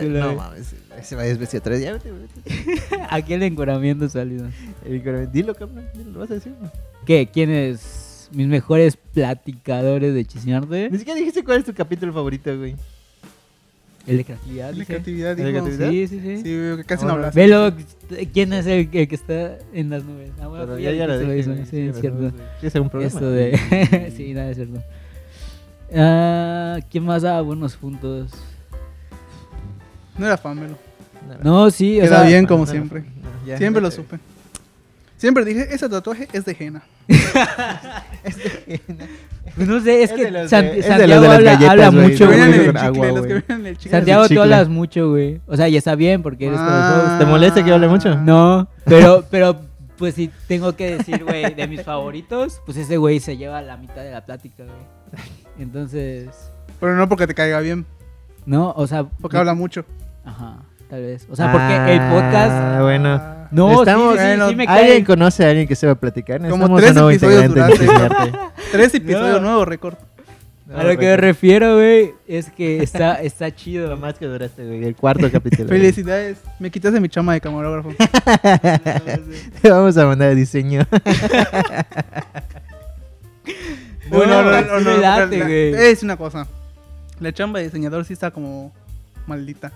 S1: Tú lo
S2: No
S1: ves.
S2: mames, ese va a desvestir atrás. Ya, vete, güey, vete.
S1: (laughs) Aquí el encuadramiento salido.
S2: El coro- Dilo, cabrón, dilo, lo vas a decir, güey.
S1: ¿Qué? ¿Quiénes? Mis mejores platicadores de chismearte.
S2: Ni siquiera dijiste cuál es tu capítulo favorito, güey.
S1: El de creatividad.
S3: La
S1: dije.
S3: creatividad,
S2: ¿La
S3: digo.
S2: creatividad?
S1: Sí, sí, sí.
S3: Sí, güey, que casi no
S2: Ahora,
S3: hablas.
S1: Velo, ¿quién es el, el que está en las nubes? Ah, bueno,
S2: Pero
S1: tú
S2: ya, ya lo
S1: dijiste
S2: dije,
S1: eso,
S2: güey,
S1: Sí, es
S2: pero
S1: cierto.
S2: no, güey. Sí, es un problema.
S1: Eso de.
S2: (laughs)
S1: (laughs) sí, nada, es cierto. Ah, ¿Quién más daba buenos puntos?
S3: No era fan, Melo.
S1: No, sí, o
S3: Queda
S1: sea.
S3: bien como siempre.
S2: no, ya,
S3: Siempre lo
S2: vete,
S3: supe. Siempre dije, ese tatuaje es de Jena.
S1: pues No sé, es,
S2: Es
S1: que
S2: de los de-
S1: San-
S2: es de
S1: Santiago
S2: los de las
S1: habla,
S2: galletas,
S1: habla
S2: güey,
S1: mucho,
S2: que
S3: Los que
S2: vienen
S1: güey.
S3: vienen
S2: con
S3: en el chicle,
S2: agua,
S3: los que
S2: güey.
S3: vienen en el chicle.
S1: Santiago, tú
S2: chicle.
S1: hablas mucho, güey. O sea, y está bien porque eres
S3: Ah.
S2: ¿Te molesta que hable mucho?
S1: co-host. No, pero, pero, pues si tengo que decir, güey, de mis favoritos, pues ese güey se lleva la mitad de la plática, güey. Entonces,
S3: Pero no porque te caiga bien,
S1: no, o sea.
S3: porque habla mucho.
S1: Ajá, tal vez. O sea, porque el podcast.
S2: Ah, bueno.
S3: Ah,
S1: No, sí,
S2: Estamos-
S1: sí, sí, sí,
S3: bueno,
S1: me cae.
S2: ¿Alguien conoce a alguien que sepa platicar? Necesitamos
S3: tres
S2: un nuevo
S3: episodios
S2: integrante en
S3: duraste. (laughs)
S2: Chismearte.
S3: Tres episodios
S1: No.
S3: nuevos, récord.
S1: A lo que me refiero, güey, es que está, está chido.
S2: Lo más que duraste, güey. El cuarto (laughs) capítulo. güey.
S3: Felicidades. Me quitas de mi chama de camarógrafo.
S1: (laughs)
S2: Te vamos a mandar a diseño.
S1: No,
S3: Uy,
S1: sí me late,
S3: la-
S1: güey.
S3: Es una cosa. La chamba de diseñador sí está como maldita.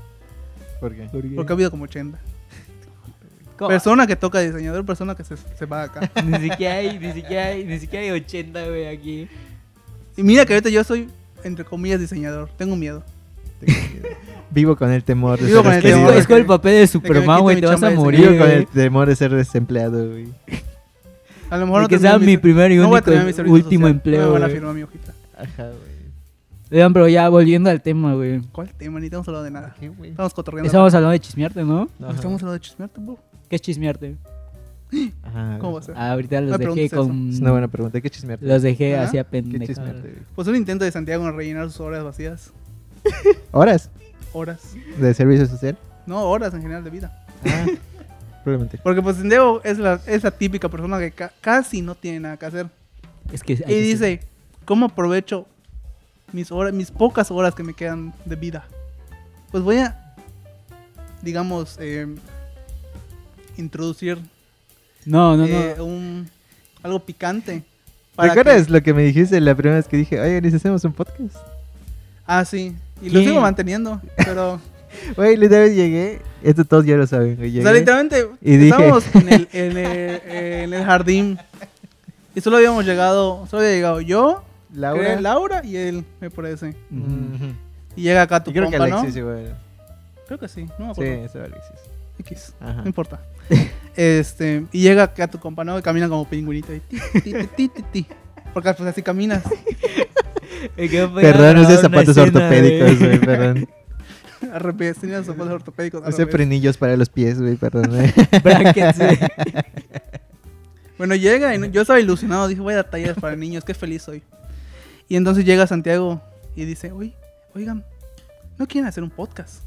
S2: ¿Por qué?
S1: ¿Por qué?
S3: Porque ha habido como 80.
S1: ¿Cómo?
S3: Persona que toca diseñador, persona que se, se va de acá.
S1: Ni siquiera hay, ni siquiera hay, ni siquiera hay 80, güey, aquí.
S3: Y mira que ahorita yo soy, entre comillas, diseñador. Tengo miedo.
S2: Vivo con el temor de
S3: Vivo
S2: ser
S3: con el
S1: Es,
S3: temor.
S2: despedido.
S1: es con el papel de
S3: De que me
S1: Superman,
S3: quite
S1: güey,
S3: mi
S1: te vas
S3: chamba
S1: a
S3: de
S1: morir,
S2: Vivo con
S1: güey.
S2: el temor de ser desempleado, güey.
S3: A lo mejor
S1: De
S3: no
S1: que
S3: termino
S1: sea mi
S3: ser-
S1: primer y
S3: no voy a
S1: único,
S3: terminar mi servicio
S1: último
S3: social. No me
S1: empleo,
S3: van a
S1: güey.
S3: firmar mi hojita.
S2: Ajá, güey.
S1: Oigan, pero ya volviendo al tema, güey.
S3: ¿Cuál tema? Ni estamos hablando de
S1: Ah.
S3: nada.
S2: ¿Qué, güey?
S3: Estamos cotorreando.
S1: Estábamos hablando de chismearte, ¿no?
S2: Ajá.
S3: Estamos hablando de chismearte, bro.
S1: ¿Qué es chismearte?
S2: Ajá,
S3: ¿Cómo va
S2: güey.
S3: a ser?
S1: Ah, ahorita los dejé
S3: Me preguntas eso.
S1: con.
S2: Es una buena pregunta. ¿Qué chismearte?
S1: Los dejé
S3: Ajá.
S1: así a
S2: ¿Qué
S1: pendejadas.
S2: chismearte? güey?
S3: Pues un intento de Santiago en rellenar sus horas vacías.
S2: Horas
S3: Horas.
S2: de servicio social.
S3: No, horas en general de vida.
S2: Ah, (laughs) probablemente.
S3: Porque pues Santiago es la, es la típica persona que ca- casi no tiene nada que hacer.
S1: Es que. hay que
S3: y
S1: ser-
S3: dice, ¿cómo aprovecho mis horas, mis pocas horas que me quedan de vida? Pues voy a, digamos, eh, introducir
S1: No, no, no.
S3: eh, un, algo picante. que-
S2: ¿Recuerdas lo que me dijiste la primera vez que dije, oye, ¿les hacemos un podcast?
S3: Ah, sí. Y lo
S1: ¿Qué?
S3: sigo manteniendo, pero...
S2: Güey, literalmente llegué. Esto todos ya lo saben, güey.
S3: O
S2: Llegué.
S3: sea, literalmente
S2: Y dije-
S3: estábamos en
S2: (laughs)
S3: el, en, el, en el jardín y solo habíamos llegado, solo había llegado yo,
S2: Laura.
S3: creo, Laura y él, me parece.
S1: Ujú.
S2: Ujú.
S3: Y llega acá Mm. tu
S2: Y creo que
S3: compa, ¿no?
S2: Alexis igual.
S3: Creo que sí, no me
S2: Sí,
S3: acuerdo.
S2: eso Alexis.
S3: X,
S2: Ajá. (laughs)
S3: no importa. Este, y llega acá tu compa, ¿no? Y camina como pingüinito y ti, ti, ti, ti, ti, ti. Porque pues así caminas. (laughs)
S2: Perdón,
S1: esos
S2: usé zapatos ortopédicos, güey,
S3: (laughs)
S2: perdón.
S3: Arrepié, tenía los zapatos ortopédicos. al
S2: Usé
S3: revés.
S2: frenillos para los pies, güey, perdón. güey.
S1: Brackets, güey.
S3: Bueno, llega y no- yo estaba ilusionado, dije, voy a dar talleres para niños, qué feliz soy. Y entonces llega Santiago y dice, oye, oigan, ¿no quieren hacer un podcast?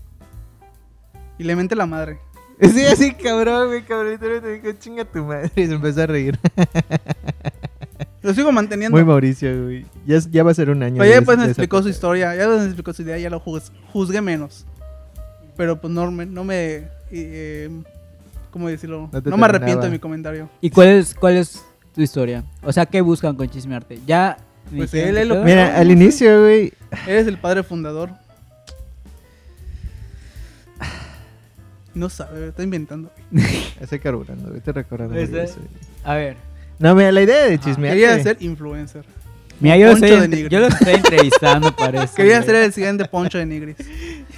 S3: Y le mente la madre.
S2: Sí, así, cabrón, güey, cabrón. Literalmente dijo, chinga tu madre. Y se empezó a reír.
S3: Lo sigo manteniendo.
S2: Muy Mauricio, güey. Ya, es- ya va a ser un año.
S3: Pero
S2: de-
S3: ya después
S2: de
S3: me
S2: esa
S3: pues, explicó su
S2: puta-
S3: historia, ya después me explicó su idea, ya lo juzgué, juzgué menos. Pero pues no me, no me eh, ¿cómo
S2: No
S3: decirlo? No,
S2: te
S3: me
S2: terminaba.
S3: arrepiento de mi comentario.
S1: ¿Y cuál es, cuál es tu historia? O sea, ¿qué buscan con chismearte? Ya. me
S3: Pues
S1: dijeron
S3: él
S1: que
S3: es lo
S1: todo.
S3: que-
S2: Mira, al inicio, güey.
S3: Eres el padre fundador. No sabe, está inventando.
S2: Estoy carburando, güey. Estoy recordando.
S1: Pues,
S2: güey,
S1: eh.
S2: eso, güey.
S1: A ver.
S2: No, mira, la idea de
S1: Ah,
S2: chismear.
S3: Quería ser influencer.
S1: Mira, yo, lo
S3: Poncho
S1: estoy,
S3: de
S1: ent-
S3: negro.
S1: yo lo estoy entrevistando, parece.
S3: Quería
S1: güey.
S3: ser el siguiente Poncho de Nigris.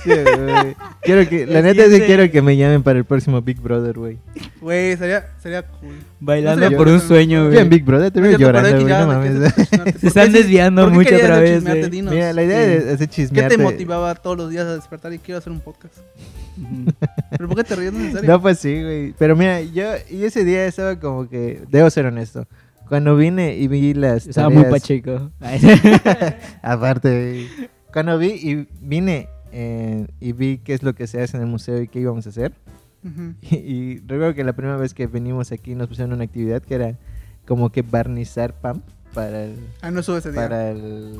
S2: quiero que,
S3: (laughs)
S2: la
S1: El
S2: neta es que
S1: siguiente-
S2: quiero que me llamen para el próximo Big Brother, güey.
S3: Güey, sería, sería cool.
S1: Bailando
S2: Yo-
S1: por un sueño,
S2: Yo en
S1: güey.
S2: Big Brother
S3: No es
S2: termino
S3: cierto,
S2: llorando,
S3: pero X,
S2: güey,
S3: ya,
S2: no
S3: ¿de qué
S2: mames. (laughs)
S3: te chismearte?
S1: Se
S3: ¿Por
S1: están
S3: qué sí-
S1: desviando
S3: por qué
S1: mucho
S3: querías
S1: otra
S3: de
S1: vez,
S3: chismearte?
S1: güey.
S3: Dinos.
S2: Mira, la idea
S1: Sí.
S2: de hacer
S3: ¿Qué
S2: chismearte.
S3: te motivaba todos los días a despertar y quiero hacer un podcast?
S1: Ujú.
S3: ¿Pero por qué te ríes? ¿No es en serio?
S2: No, pues sí, güey. Pero mira, yo y ese día estaba como que, debo ser honesto. Cuando vine y vi las
S1: Estaba muy
S2: tareas-
S1: pacheco. (laughs)
S2: Aparte, güey. cuando vi y vine eh, y vi qué es lo que se hace en el museo y qué íbamos a hacer. (laughs)
S3: Ujú.
S2: Y, y recuerdo que la primera vez que venimos aquí nos pusieron una actividad que era como que barnizar pan para el,
S3: Ah, no sube ese día.
S2: para el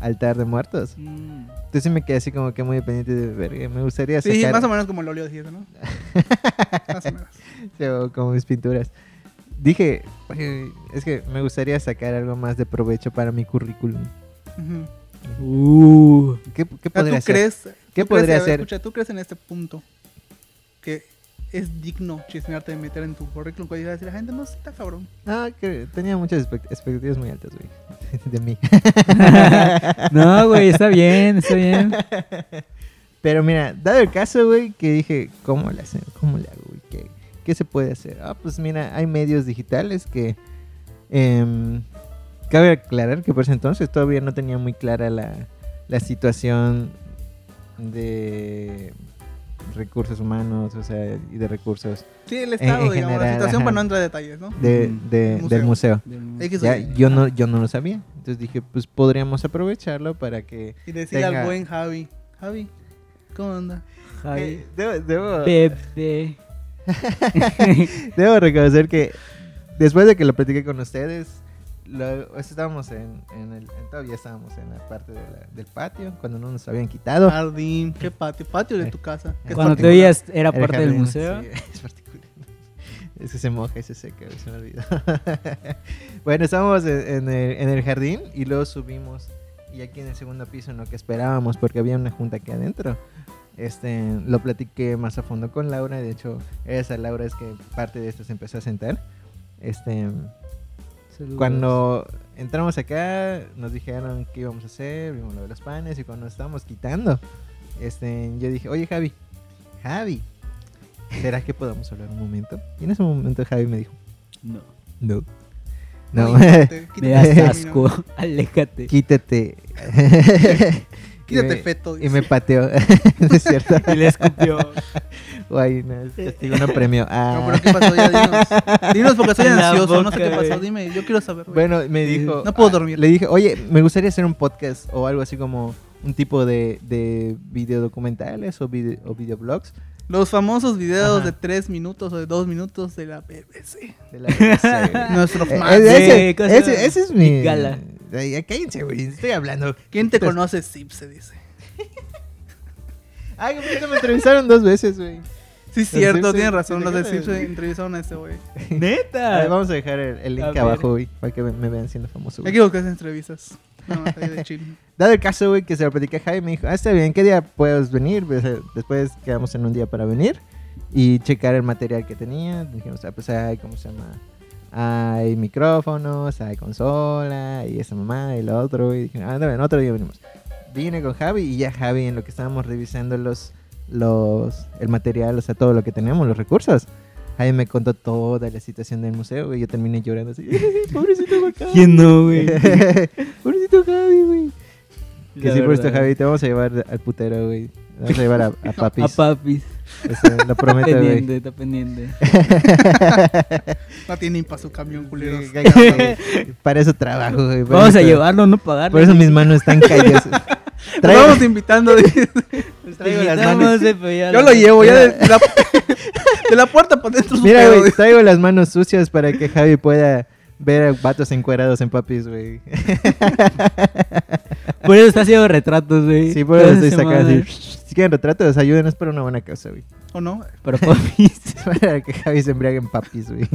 S2: altar de muertos.
S1: Mm.
S2: Entonces me quedé así como que muy pendiente de verga. Me gustaría
S3: Sí,
S2: sacar
S3: más o menos como el oleo
S2: (laughs)
S3: de ¿no? Más o menos.
S2: o como mis pinturas. Dije, "Oye, es que me gustaría sacar algo más de provecho para mi currículum.
S3: Ujú.
S1: Uh. (laughs)
S2: ¿Qué, qué
S3: O sea,
S2: podría
S3: ¿Tú
S2: hacer?
S3: crees?
S2: ¿Qué
S3: tú crees-
S2: podría
S3: a ver,
S2: hacer?
S3: Escucha, ¿tú crees en este punto que es digno chismearte de meter en tu currículum? Que diga decir, la gente no está cabrón.
S2: No, que tenía muchas expect- expectativas muy altas, güey. (laughs) De mí.
S1: No, güey, está bien, está bien.
S2: Pero mira, dado el caso, güey, que dije, ¿cómo le hacen? ¿Cómo le hago, güey? ¿Qué, qué se puede hacer? Ah, pues mira, hay medios digitales que... em, cabe aclarar que por ese entonces todavía no tenía muy clara la, la situación de recursos humanos, o sea, y de recursos
S3: Sí, el
S2: En-
S3: estado,
S2: en
S3: digamos,
S2: general,
S3: la situación
S2: ajá.
S3: para no entrar en detalles, ¿no?
S2: de-
S1: Ujú.
S2: de-
S3: Museo.
S2: del museo.
S3: X o
S2: Ya,
S3: Y.
S2: yo, no, yo no lo sabía. Entonces dije, pues podríamos aprovecharlo para que...
S3: Y decir al
S2: Tenga-
S3: buen Javi, Javi, ¿cómo anda?
S2: (laughs)
S1: Javi.
S2: Eh, debo- debo-
S1: Pepe.
S2: Debo reconocer que después de que lo platiqué con ustedes, lo- pues, estábamos en, en el, en- todavía estábamos en la parte de la- del patio, cuando no nos habían quitado.
S1: Ah,
S3: Jardín, qué patio, patio de tu casa. que es
S1: Cuando te
S3: particular.
S1: oías era
S2: Era
S1: parte del
S2: jardín,
S1: museo.
S2: sí, (laughs) es particular. Es que se moja y se seca, se me olvidó. (laughs) bueno, estábamos en, en el, en el jardín y luego subimos. Y aquí en el segundo piso, en lo que esperábamos, porque había una junta aquí adentro. Este, lo platiqué más a fondo con Laura. De hecho, esa Laura es que parte de esto se empezó a sentar. Este,
S1: Saludos.
S2: cuando entramos acá, nos dijeron qué íbamos a hacer, vimos lo de los panes y cuando nos estábamos quitando, este, yo dije, oye Javi, Javi, ¿será que podamos hablar un momento? Y en ese momento Javi me dijo,
S1: No.
S2: no. No, (laughs)
S3: quítate, este
S1: Me
S3: quítate,
S1: das
S3: no.
S1: asco. (laughs) Aléjate.
S2: quítate.
S3: Quítate,
S2: Y me-
S3: feto.
S2: Y me pateó. (laughs) No es cierto.
S1: (laughs) Y le
S2: (laughs)
S1: escupió.
S2: Guay, no, es castigo no premio. Ah.
S3: No, pero ¿qué pasó?
S2: (laughs)
S3: Ya dinos. Dinos porque soy
S1: En la
S3: ansioso. No sé
S1: boca,
S3: qué pasó.
S1: güey.
S3: Dime, yo quiero saber. güey.
S2: Bueno, me dijo. ah,
S3: No puedo dormir.
S2: Le dije, oye, me gustaría hacer un podcast o algo así como un tipo de, de videodocumentales o, vide- o videoblogs
S3: Los famosos videos
S2: Ajá.
S3: de 3 minutos o de 2 minutos de la BBC.
S2: de la BBC.
S3: (laughs) Nuestro
S2: Eh,
S3: fan.
S1: de-
S2: ese,
S1: Sí, cosas-
S2: ese- ese es mi.
S1: Gala.
S2: Ay, ya cállense, güey. Estoy hablando.
S3: ¿Quién
S2: pues,
S3: te conoce? Sip se dice.
S2: Ay, ahorita me entrevistaron dos veces, güey.
S3: Sí, es
S2: Los
S3: cierto,
S2: Simpson,
S3: tienes razón.
S2: sí,
S3: Los de
S2: déjame
S3: Sip se
S2: decir.
S3: entrevistaron a este güey.
S2: A ver,
S1: Neta.
S2: vamos a dejar el, el
S1: Ah. A
S2: link
S1: ver.
S2: abajo, güey, para que me, me vean siendo famoso.
S3: Hay
S2: güey.
S3: que buscar esas entrevistas. Nada más ahí de chill.
S2: Dado el caso, güey, que se lo platicé a Jaime, me dijo, ah, está bien, ¿qué día puedes venir? Pues, eh, Después quedamos en un día para venir y checar el material que tenía. Dijimos, ah, pues hay, ¿cómo se llama? Hay micrófonos, hay consola, y esa mamá, y lo otro, y dije, ah, en otro día venimos. Vine con Javi y ya Javi, en lo que estábamos revisando los, los, el material, o sea, todo lo que tenemos, los recursos. Jaime me contó toda la situación del museo, güey, yo terminé llorando así, (laughs) pobrecito Javi.
S1: ¿Quién no,
S2: (laughs)
S1: güey?
S2: pobrecito Javi, güey. Que
S1: La
S2: sí, por esto,
S1: verdad.
S2: Javi, te vamos a llevar al putero, güey. Te Vamos a llevar a, a papis.
S1: A papis.
S2: Eso, lo
S1: Está (laughs)
S2: prometo, güey.
S1: pendiente, está pendiente.
S3: No tienen para su camión, culeros.
S2: Sí, cállate, güey. (laughs) Para eso trabajo, güey. Por
S1: Vamos a
S2: eso-
S1: llevarlo, no pagarlo.
S2: Por eso mis manos están callosas.
S3: Nos
S2: Traigo-
S3: vamos invitando. dice.
S2: traigo las
S1: Invitamos,
S2: manos.
S1: eh, pero ya
S3: Yo lo
S1: la-
S3: llevo ya de la, de la puerta para dentro. su
S2: Mira,
S3: pedo,
S2: güey,
S3: dice.
S2: traigo las manos sucias para que Javi pueda ver a vatos encuerados en papis, güey.
S1: Por eso está haciendo retratos, güey.
S2: Sí, por
S1: Toda
S2: eso
S1: esa
S2: estoy sacando
S1: semana.
S2: así. Si quieren retratos, ayúdenos para una buena causa, güey. (laughs)
S3: ¿O no?
S1: Pero papis.
S2: Para que Javi se embriague en papis, güey.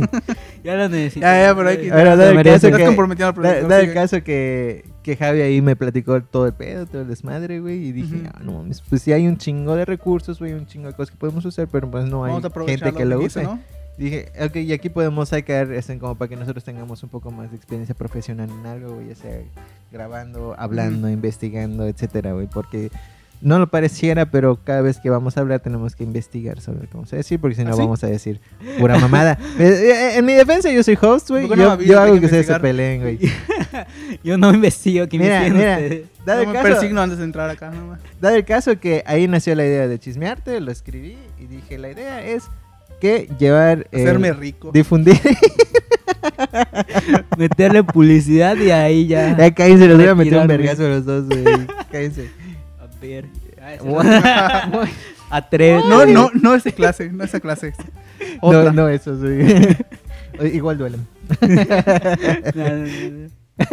S1: Ya lo necesito.
S3: Ya, ya, pero hay que-
S2: A ver, a ver,
S1: Lo merece.
S2: ¿qué hace?
S3: Estás
S2: que-
S3: comprometiendo al
S2: Da,
S3: productor.
S2: da el
S3: sigue.
S2: caso que, que Javi ahí me platicó todo el pedo, todo el desmadre, güey, y dije,
S3: Ujú.
S2: "Ah, no mames, pues sí hay un chingo de recursos, güey, un chingo de cosas que podemos usar, pero pues no hay
S3: Vamos a aprovechar
S2: gente que lo
S3: dice,
S2: use.
S3: ¿no?
S2: Dije, ok, y aquí podemos sacar, este, como para que nosotros tengamos un poco más de experiencia profesional en algo, güey, ya sea grabando, hablando, investigando, etcétera, güey, porque no lo pareciera, pero cada vez que vamos a hablar tenemos que investigar sobre lo que vamos a decir, porque si no
S3: ¿Ah, sí?
S2: vamos a decir pura
S3: (laughs)
S2: mamada. Eh, eh, en mi defensa yo soy host, güey, yo,
S3: ¿Por qué no me avisas?
S2: yo
S3: Hay
S2: hago
S3: que
S2: que ustedes se
S3: investigar.
S2: peleen, güey.
S1: Yo no investigo que
S2: Mira,
S1: investiguen
S2: mira.
S1: ustedes.
S2: Dado
S3: Yo
S2: el,
S3: me
S2: caso,
S3: persigno antes de entrar acá. nada más.
S2: dado el caso que ahí nació la idea de chismearte, lo escribí y dije, la idea es que llevar... el-
S3: Hacerme rico.
S2: Difundir...
S3: (laughs)
S1: Meterle publicidad y ahí
S3: Ah,
S1: ya.
S2: ya cállense, los voy a meter un
S1: Retirarme.
S2: vergazo a los dos,
S3: (laughs)
S2: güey. Cállense.
S1: A ver.
S2: (laughs)
S1: (laughs)
S2: What?
S1: A tres.
S3: No, no, Eh, no esa clase, no
S2: (laughs)
S3: esa clase. Otra.
S2: No, no, eso,
S3: (laughs)
S2: sí. O- Igual duelen.
S1: (laughs) No, no, no, (laughs)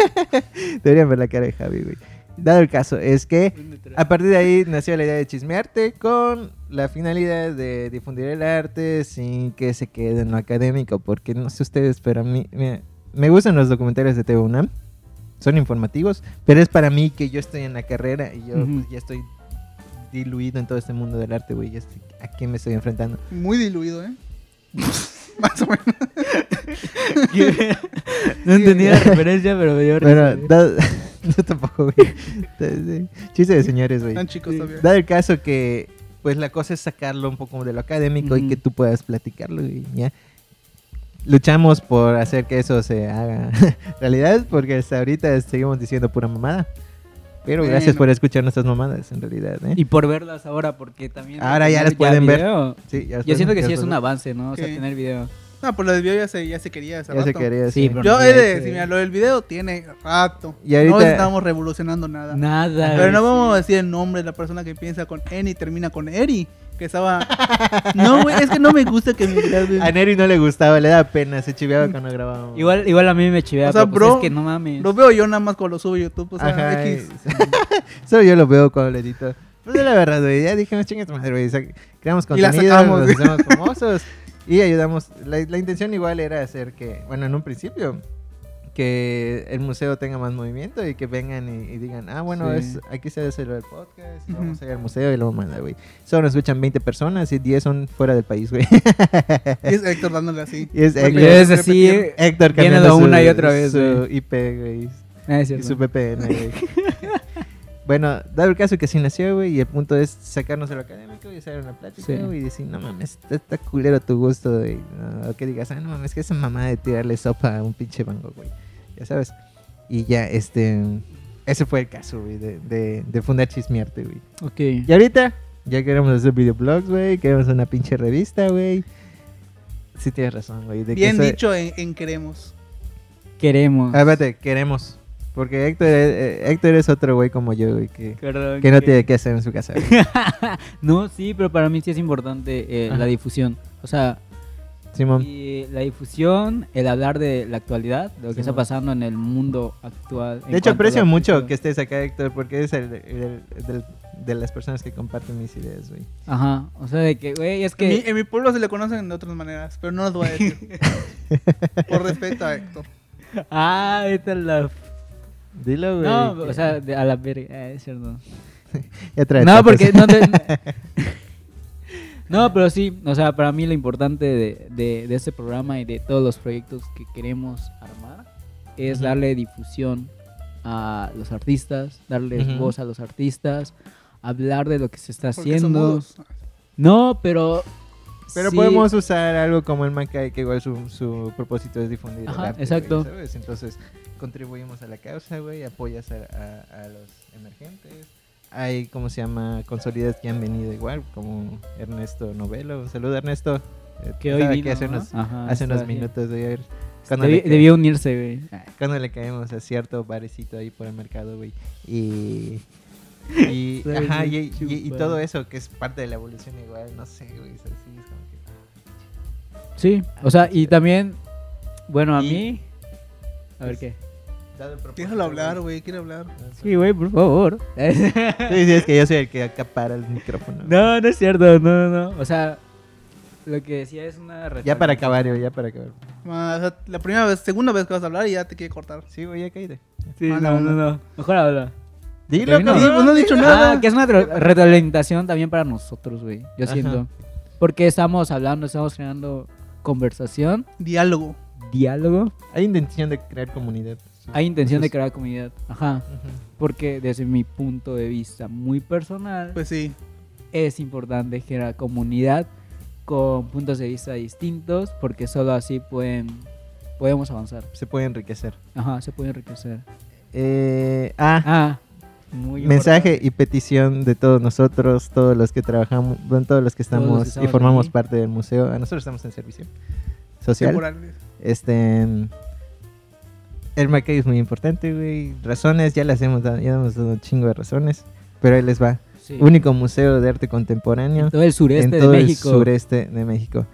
S2: Deberían ver la cara de Javi, güey. Dado el caso, es que
S1: no.
S2: a partir de ahí nació la idea de chismearte con la finalidad de difundir el arte sin que se quede en lo académico, porque no sé ustedes, pero a mí mira, me gustan los documentales de TV UNAM, son informativos, pero es para mí que yo estoy en la carrera y yo
S1: Ujú.
S2: pues, ya estoy diluido en todo este mundo del arte, güey, ya estoy- ¿a qué me estoy enfrentando?
S3: Muy diluido, ¿eh? (laughs) Más o menos.
S1: No entendí la referencia, pero me dio risa.
S2: Bueno, (laughs) dado- no tampoco, güey. Chiste de señores, güey.
S3: Tan chicos
S1: Sí.
S3: todavía.
S2: Dado el caso que, pues la cosa es sacarlo un poco de lo académico y
S1: Ujú.
S2: que tú puedas platicarlo y ya. Luchamos por hacer que eso se haga (laughs) realidad, porque hasta ahorita seguimos diciendo pura mamada. Pero gracias
S3: Bueno.
S2: por escuchar nuestras mamadas, en realidad. ¿eh?
S1: Y por verlas ahora, porque también.
S2: Ahora ya las pueden ver.
S1: video.
S2: Sí, ya
S1: Yo
S2: después-
S1: siento que
S2: ya
S1: sí es
S2: después-
S1: un avance, ¿no? O sea,
S3: Sí.
S1: tener video.
S3: No, pues lo del video ya se, ya se quería hace
S2: Ya se
S3: rato.
S2: quería,
S1: Sí,
S2: sí.
S1: pero-
S3: Yo he de
S1: Sí.
S3: decir, mira, lo del video tiene rato.
S2: Y ahorita-
S3: No estamos revolucionando nada.
S1: Nada.
S3: Pero no
S1: güey.
S3: vamos a decir el nombre de la persona que piensa con N y termina con Eri. Que estaba. No, güey, es que no me gusta que me graben.
S2: A Neri no le gustaba, le daba pena, se chiveaba cuando grabábamos.
S1: Igual, igual a mí me chivea,
S3: O sea,
S1: pero pues
S3: bro,
S1: es que no mames.
S3: Lo veo yo nada más cuando lo subo a YouTube. O sea,
S2: Ajá,
S3: X.
S2: y- (laughs) Solo yo lo veo cuando lo edito. Pues es la verdad, güey. Ya dijimos, chingas tu madre, güey. sac- Creamos
S3: Y la
S2: contenido,
S3: sacamos,
S2: nos
S3: güey. (laughs)
S2: hacemos famosos y ayudamos. La, la intención igual era hacer que, bueno, en un principio, que el museo tenga más movimiento y que vengan y, y digan, ah, bueno,
S1: Sí.
S2: es, aquí se hace lo del podcast, y
S3: Ujú.
S2: vamos a ir al museo y lo manda, güey. Solo nos escuchan 20 personas y 10 son fuera del país, güey. (laughs)
S3: Y es Héctor dándole así.
S2: y es
S1: Y
S3: Bueno,
S2: Héctor,
S1: es así.
S3: repetir.
S2: Héctor
S1: Viene
S2: cambiando
S1: lo
S2: su-
S1: una y otra vez,
S2: su
S1: güey.
S2: IP, güey.
S1: Nada, Ah, es
S2: Y su
S1: cierto.
S2: VPN, güey. bueno, dado el caso que sí nació, güey, y el punto es sacarnos de lo académico y hacer una plática,
S1: Sí.
S2: güey, y decir, no mames, está, está culero tu gusto, güey. No, o que digas, ah, no mames, que esa mamá de tirarle sopa a un pinche bango, güey. ya sabes. Y ya, este, ese fue el caso, güey, de, de, de fundar Chismearte, güey.
S1: Ok.
S2: Y ahorita ya queremos hacer videoblogs, güey, queremos una pinche revista, güey. Sí tienes razón, güey. de que
S3: Bien
S2: eso-
S3: dicho en, en queremos.
S1: Queremos.
S2: Ah, espérate, queremos. Porque Héctor, eh, eh, Héctor es otro güey como yo, güey, que,
S1: Perdón,
S2: que no tiene que hacer en su
S1: (laughs)
S2: casa. güey.
S1: No, sí, pero para mí sí es importante eh,
S2: Ajá.
S1: la difusión. O sea,
S2: Simón.
S1: y, eh, la difusión, el hablar de la actualidad, de lo que
S2: Sí,
S1: está
S2: man.
S1: pasando en el mundo actual. en
S2: De
S1: cuanto
S2: hecho,
S1: a
S2: aprecio
S1: la
S2: mucho
S1: cultura.
S2: que estés acá, Héctor, porque eres el, el- del- de las personas que comparten mis ideas, güey.
S1: Ajá, o sea, de que, güey, es
S3: En mi,
S1: que...
S3: en mi pueblo se le conocen de otras maneras, pero no los voy a
S2: (laughs)
S3: decir. Por respeto a Héctor.
S1: Ah, esta es la...
S2: Dilo, güey.
S1: No,
S2: que-
S1: o sea, de- a la verga, ah, es cierto.
S2: ya trae
S1: No,
S2: tapas.
S1: porque
S2: (laughs)
S1: no te- No, pero sí, o sea, para mí lo importante de, de- de este programa y de todos los proyectos que queremos armar es
S2: Ujú.
S1: darle difusión a los artistas, darles
S2: Ujú.
S1: voz a los artistas, hablar de lo que se está
S3: Porque son
S1: haciendo.
S3: mudos.
S1: No, pero...
S2: Pero
S1: sí-
S2: podemos usar algo como el Mancay, que igual su, su propósito es difundir el
S1: Ajá,
S2: arte,
S1: exacto.
S2: güey, ¿sabes? Entonces, contribuimos a la causa, güey, apoyas a, a- a los emergentes. Hay, ¿cómo se llama? Consolidas que han venido igual, como Ernesto Novelo. Un saludo, Ernesto. Eh,
S1: Que
S2: estaba
S1: hoy
S2: aquí
S1: vino,
S2: hace
S1: ¿no? Ah,
S2: unos,
S1: Ajá,
S2: hace unos
S1: estaba aquí.
S2: minutos de ayer. Cuando,
S1: Debi-
S2: le ca-
S1: debió unirse, güey.
S2: cuando le caemos a cierto barecito ahí por el mercado, güey.
S1: (laughs)
S2: Y... Y,
S1: Soy
S2: ajá,
S1: un
S2: y, y- y
S1: chupa.
S2: todo eso que es parte de la evolución igual, no sé, güey, es así, es como que...
S1: Sí, o sea, y también, bueno, a mí... A ver qué.
S2: Dado el propósito,
S3: Déjalo hablar, güey, quiere hablar.
S1: Sí, güey, por favor. (laughs)
S2: Tú dices que yo soy el que acapara el micrófono.
S1: No, no es cierto, no, no, no. O sea, lo que decía es una
S2: Ya
S1: referencia.
S2: para acabar, güey, ya para acabar.
S3: Ah, o sea, la primera vez, segunda vez que vas a hablar y ya te quiere cortar.
S2: Sí, güey, ya caíste.
S1: Sí,
S3: Ah,
S1: no,
S3: no,
S1: no, no. Mejor habla.
S2: Dilo,
S1: Termino.
S2: cabrón,
S1: Sí,
S3: pues no he dicho
S2: dilo.
S3: nada.
S1: Ah, que es una re- retroalimentación también para nosotros, güey. Yo
S2: Ajá.
S1: siento. Porque estamos hablando, estamos creando conversación,
S3: Diálogo.
S1: diálogo.
S2: Hay intención de crear comunidad. sí.
S1: Hay intención de
S2: Entonces,
S1: crear comunidad. Ajá.
S2: ujú.
S1: Porque desde mi punto de vista muy personal,
S3: Pues sí.
S1: es importante generar comunidad con puntos de vista distintos. Porque solo así pueden, podemos avanzar.
S2: Se puede enriquecer.
S1: Ajá, se puede enriquecer.
S2: Eh,
S1: Ah,
S2: ah,
S1: muy
S2: mensaje
S1: importante.
S2: y petición de todos nosotros, todos los que trabajamos, bueno, todos los que
S1: Todos los
S2: estamos
S1: que
S2: y
S1: estamos
S2: formamos
S1: aquí.
S2: parte del museo. Ah, Nosotros estamos en servicio social.
S3: Temporal.
S2: Este. El Mackay es muy importante, güey. Razones, ya las hemos dado, ya hemos dado un chingo de razones. Pero ahí les va.
S1: Sí.
S2: Único museo de arte contemporáneo
S1: En todo el sureste
S2: en todo
S1: de
S2: el
S1: México.
S2: sureste de México.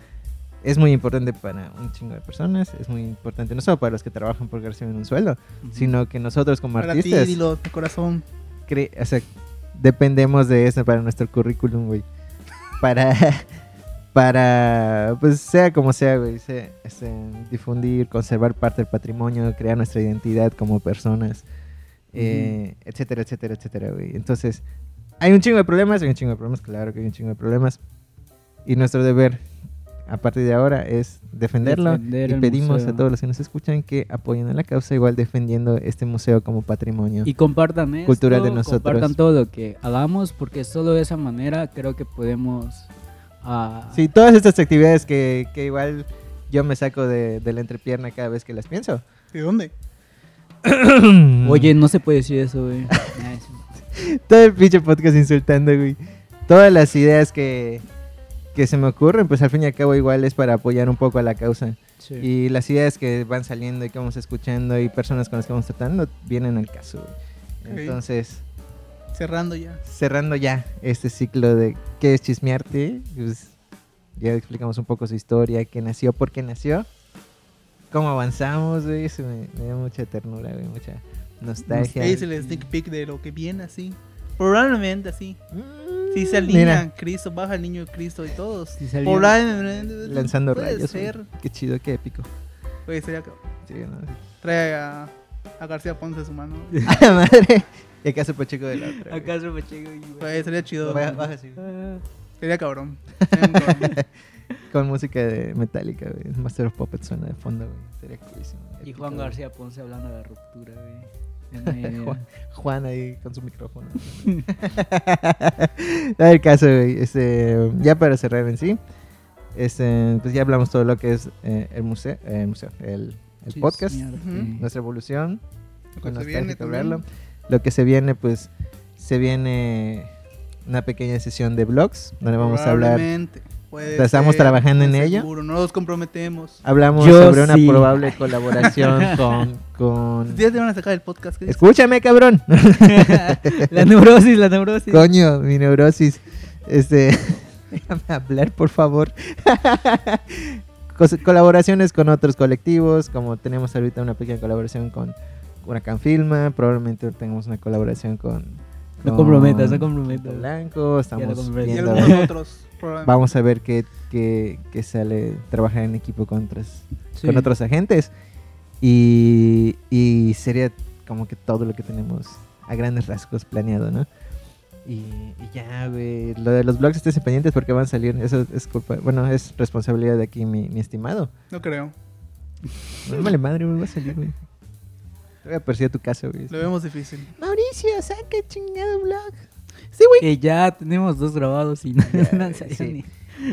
S2: Es muy importante para un chingo de personas. Es muy importante no solo para los que trabajan porque reciben un sueldo,
S1: Ujú.
S2: sino que nosotros como
S3: Para ti,
S2: artistas
S3: dilo, de corazón.
S2: cre- o sea, dependemos de eso para nuestro currículum, güey. Para, (laughs) para, pues sea como sea, güey, se- este, difundir, conservar parte del patrimonio, crear nuestra identidad como personas, eh, etcétera, etcétera, etcétera, güey. Entonces, hay un chingo de problemas, hay un chingo de problemas, claro que hay un chingo de problemas. Y nuestro deber a partir de ahora es defenderlo.
S1: Defender
S2: y
S1: el
S2: pedimos
S1: museo.
S2: a todos los que nos escuchan que apoyen a la causa, igual defendiendo este museo como patrimonio.
S1: Y compartan esto,
S2: Cultura de nosotros.
S1: compartan todo lo que hagamos, porque solo de esa manera creo que podemos... ah,
S2: Sí, todas estas actividades que, que igual yo me saco de, de la entrepierna cada vez que las pienso.
S3: ¿De dónde?
S1: Oye, no se puede decir eso,
S2: (laughs)
S1: güey. Ah, es-
S2: Todo el pinche podcast insultando, güey. Todas las ideas que, que se me ocurren, pues al fin y al cabo igual es para apoyar un poco a la causa.
S1: sí.
S2: Y las ideas que van saliendo y que vamos escuchando y personas con las que vamos tratando vienen al caso, güey.
S3: Ok.
S2: Entonces,
S3: Cerrando ya.
S2: cerrando ya este ciclo de qué es chismearte, pues, ya explicamos un poco su historia, qué nació, por qué nació, cómo avanzamos, güey, eso me, me dio mucha ternura, güey, mucha nostalgia.
S3: Ahí es el sneak peek de lo que viene así. Probablemente así.
S2: Mm,
S3: Si se
S2: mira,
S3: alinean Cristo, baja el niño de Cristo y todos.
S1: Si se alinean.
S3: Probablemente.
S2: lanzando
S3: puede
S2: rayos, güey.
S3: Ser.
S2: qué chido, qué épico.
S3: Oye, sería que
S2: Sí,
S3: (laughs)
S2: ¿no? (laughs)
S3: trae a, a García Ponce a su mano.
S2: A la madre, y acá se pacheco de la otra. güey.
S1: Acá se me llega y, güey.
S2: Pues,
S3: Oye, Pues, sería chido.
S2: Baja- baja así,
S1: Ah,
S2: (laughs)
S3: Sería cabrón. Sería un cabrón.
S2: Con música de Metallica, güey, el Master of Puppets suena de fondo, güey, sería coolísimo.
S1: y
S2: épico,
S1: Juan
S2: güey.
S1: García Ponce hablando de la ruptura, güey. En
S2: (laughs)
S1: medio.
S2: Juan. Juan ahí con su micrófono. (laughs) no el caso, güey. Este, ya para cerrar en sí, este, pues ya hablamos todo lo que es eh, el museo, el museo, el, el
S1: Chis,
S2: podcast,
S1: mierda.
S3: Ujú.
S2: nuestra evolución,
S3: Lo
S2: fue
S3: que se
S2: nostálgico
S3: viene también.
S2: hablarlo. Lo que se viene, pues, se viene una pequeña sesión de vlogs, donde vamos a hablar.
S3: Probablemente, puede
S2: La estamos
S3: ser,
S2: trabajando en
S3: no es
S2: ella.
S3: seguro, no nos comprometemos.
S2: Hablamos
S1: Yo
S2: sobre una
S1: sí.
S2: probable
S1: (laughs)
S2: colaboración con... con...
S3: Ya te van a sacar el podcast. ¿qué dices?
S2: Escúchame, cabrón.
S1: (laughs) la neurosis, la neurosis.
S2: Coño, mi neurosis. Este, (laughs) déjame hablar, por favor. (laughs) Cos- Colaboraciones con otros colectivos, como tenemos ahorita una pequeña colaboración con Huracán Filma, probablemente tengamos una colaboración con...
S1: No comprometas, no
S2: con
S1: comprometas.
S2: Blanco,
S1: lo
S2: estamos
S1: comprometo.
S3: Y
S2: viendo...
S3: algunos otros. probablemente.
S2: Vamos a ver qué, qué- qué sale trabajar en equipo con otros,
S1: Sí.
S2: con otros agentes. Y, y sería como que todo lo que tenemos a grandes rasgos planeado, ¿no? Y, y ya, güey, lo de los blogs estés pendientes porque van a salir. Eso es culpa, bueno, es responsabilidad de aquí, mi, mi estimado.
S3: No creo.
S2: No vale madre, güey, va a salir, güey. Te voy a perseguir a tu casa, güey.
S3: Lo vemos difícil.
S2: Mauricio, saca el chingado blog.
S1: Que ya tenemos dos grabados y no
S2: Ya,
S1: (laughs) no
S2: güey,
S1: salió ni-
S2: sí.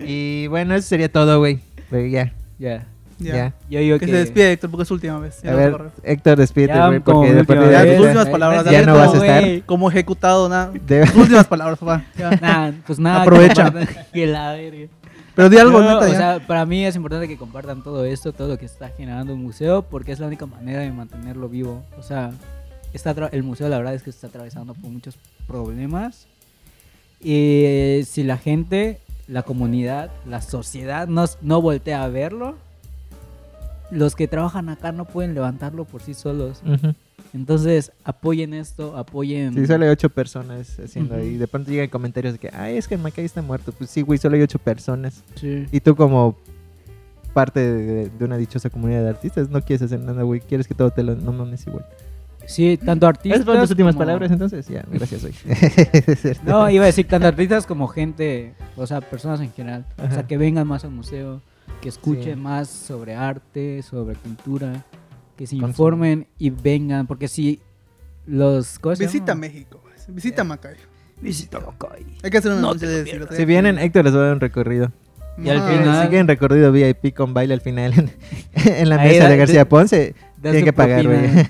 S2: Y bueno, eso sería todo, güey. Güey, Ya,
S1: Ya.
S3: Ya.
S2: ya.
S1: Yo digo
S3: Que
S1: que.
S3: se despide Héctor porque es su última vez. Ya
S2: a
S3: no te
S2: ver,
S3: correo.
S2: Héctor, despídete,
S1: Ya, eh.
S2: güey,
S1: como
S2: porque de
S1: última
S2: partir de
S3: vez.
S2: ahorita-
S3: Tus últimas palabras,
S2: ya no vas a estar.
S3: (laughs)
S1: güey.
S3: Como ejecutado, nada.
S2: de-
S3: Tus últimas palabras, papá.
S1: (laughs)
S3: Ya.
S1: Nah, pues nada.
S3: Aprovecha.
S1: (laughs) que- Que la verga.
S3: Pero di algo,
S1: Yo,
S3: neta.
S1: o
S3: ya.
S1: sea, para mí es importante que compartan todo esto, todo lo que está generando el museo, porque es la única manera de mantenerlo vivo. O sea, está atra- el museo la verdad es que está atravesando por muchos problemas. Y eh, si la gente, la comunidad, la sociedad no, s- no voltea a verlo, los que trabajan acá no pueden levantarlo por sí solos.
S2: Ujú.
S1: Entonces, apoyen esto, apoyen...
S2: Sí, solo hay ocho personas haciendo
S1: Ujú.
S2: ahí. De pronto llegan comentarios de que, ay, es que el Macay está muerto. Pues sí, güey, solo hay ocho personas.
S1: Sí.
S2: Y tú como parte de, de una dichosa comunidad de artistas, no quieres hacer nada, güey. Quieres que todo te lo... No mames igual.
S1: Sí, tanto artistas...
S2: Esas fueron tus últimas
S1: como-
S2: palabras, entonces. Ya,
S1: (laughs)
S2: gracias, güey. (laughs) Es cierto.
S1: No, iba a decir tanto artistas como gente, o sea, personas en general. O
S2: Ajá.
S1: sea, que vengan más al museo, que escuchen
S2: Sí.
S1: más sobre arte, sobre cultura, que se
S2: Consumen.
S1: informen y vengan, porque si los... ¿cómo se
S3: Visita
S1: llama?
S3: México. güey. Visita Macayo.
S1: Visita Macoy.
S3: Hay que hacer una
S1: No
S3: noche
S1: te lo
S3: de
S1: pierdas.
S2: Si vienen, Héctor les va a dar un recorrido.
S1: Y al
S3: Ah,
S1: final-
S2: Siguen recorrido VIP con baile al final en, (laughs) en la
S1: Ahí
S2: mesa
S1: da-
S2: de García
S1: de-
S2: Ponce.
S1: da
S2: Tiene
S1: su
S2: que pagar, güey.
S1: (laughs)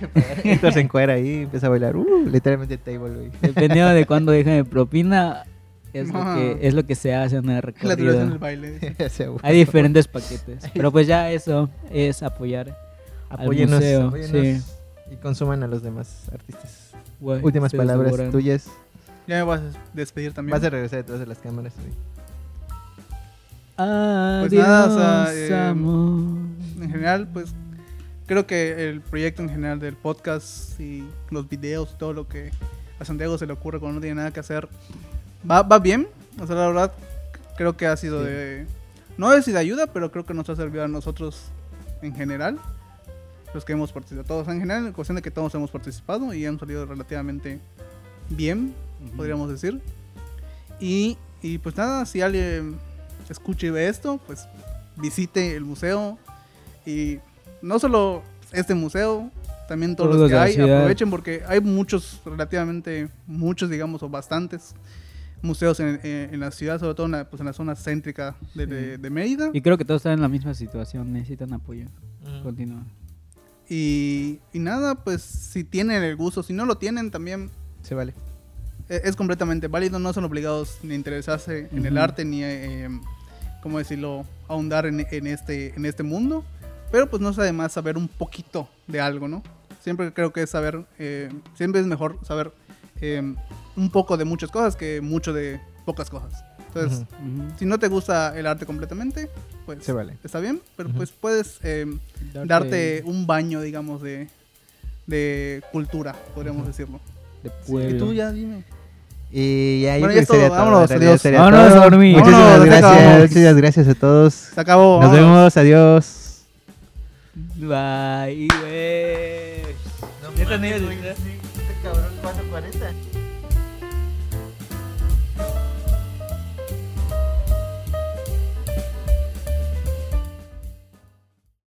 S1: propina.
S2: Héctor se encuera ahí y empieza a bailar. Uh, literalmente table, güey. (laughs)
S1: Dependiendo de cuándo dejen de propina, es,
S3: Ajá.
S1: lo que, es lo que se hace en el
S3: sí, La
S1: recorrido.
S3: duración del baile.
S2: Ya sea, güey.
S1: Hay diferentes paquetes, pero pues ya eso es apoyar.
S2: Apóyenos,
S1: museo,
S2: apóyenos y consuman a los demás artistas.
S1: güey,
S2: Últimas
S1: se
S2: palabras
S1: devoran.
S2: tuyas.
S3: Ya me vas a despedir también.
S2: Vas a regresar detrás de las cámaras. güey.
S1: Pues Adiós,
S3: nada, o sea, eh,
S1: amor.
S3: En general, pues creo que el proyecto en general del podcast y los videos, todo lo que a Santiago se le ocurre cuando no tiene nada que hacer, va, va bien. O sea, la verdad, creo que ha sido
S2: Sí.
S3: de. No es de ayuda, pero creo que nos ha servido a nosotros en general. Los que hemos participado, todos en general, en cuestión de que todos hemos participado y han salido relativamente bien, podríamos decir. Y, y, pues nada, si alguien escucha y ve esto, pues visite el museo. Y no solo este museo, también todos,
S1: Todos los
S3: los que
S1: de la
S3: hay.
S1: ciudad.
S3: Aprovechen porque hay muchos, relativamente muchos, digamos, o bastantes museos en, en- en la ciudad, sobre todo en la, pues, en la zona céntrica de, de- de Mérida.
S1: Y creo que todos están en la misma situación, necesitan apoyo. Continúa.
S3: Y, y nada, pues si tienen el gusto, si no lo tienen también
S2: Se vale.
S3: e- es completamente válido, no son obligados ni a interesarse en el
S1: Ujú.
S3: arte ni, eh, em, cómo decirlo, ahondar en, en este, en este mundo, pero pues no es además saber un poquito de algo, ¿no? Siempre creo que es saber, eh, siempre es mejor saber em, un poco de muchas cosas que mucho de pocas cosas. Entonces,
S2: Ujú.
S1: Ujú.
S3: si no te gusta el arte completamente, pues
S2: Se vale.
S3: está bien, pero
S2: Ujú.
S3: pues puedes em, darte un baño, digamos, de, de cultura, podríamos
S2: Ujú.
S3: decirlo.
S1: de
S3: Y
S1: pueblo.
S3: tú ya dime.
S2: Y ahí
S3: Bueno,
S2: creo
S3: ya
S2: que
S3: es todo.
S2: sería todo,
S3: Vámonos,
S2: en realidad
S3: adiós.
S2: sería
S1: Vámonos
S2: todo.
S1: a dormir.
S2: Muchísimas
S3: Vámonos, ya
S2: gracias.
S3: acabamos.
S2: Muchas gracias a todos.
S3: Se acabó. Ah,
S2: Nos
S3: vámonos.
S2: vemos. Adiós.
S1: Bye, güey. Ya están ellos, ¿verdad?
S2: Este cabrón 440.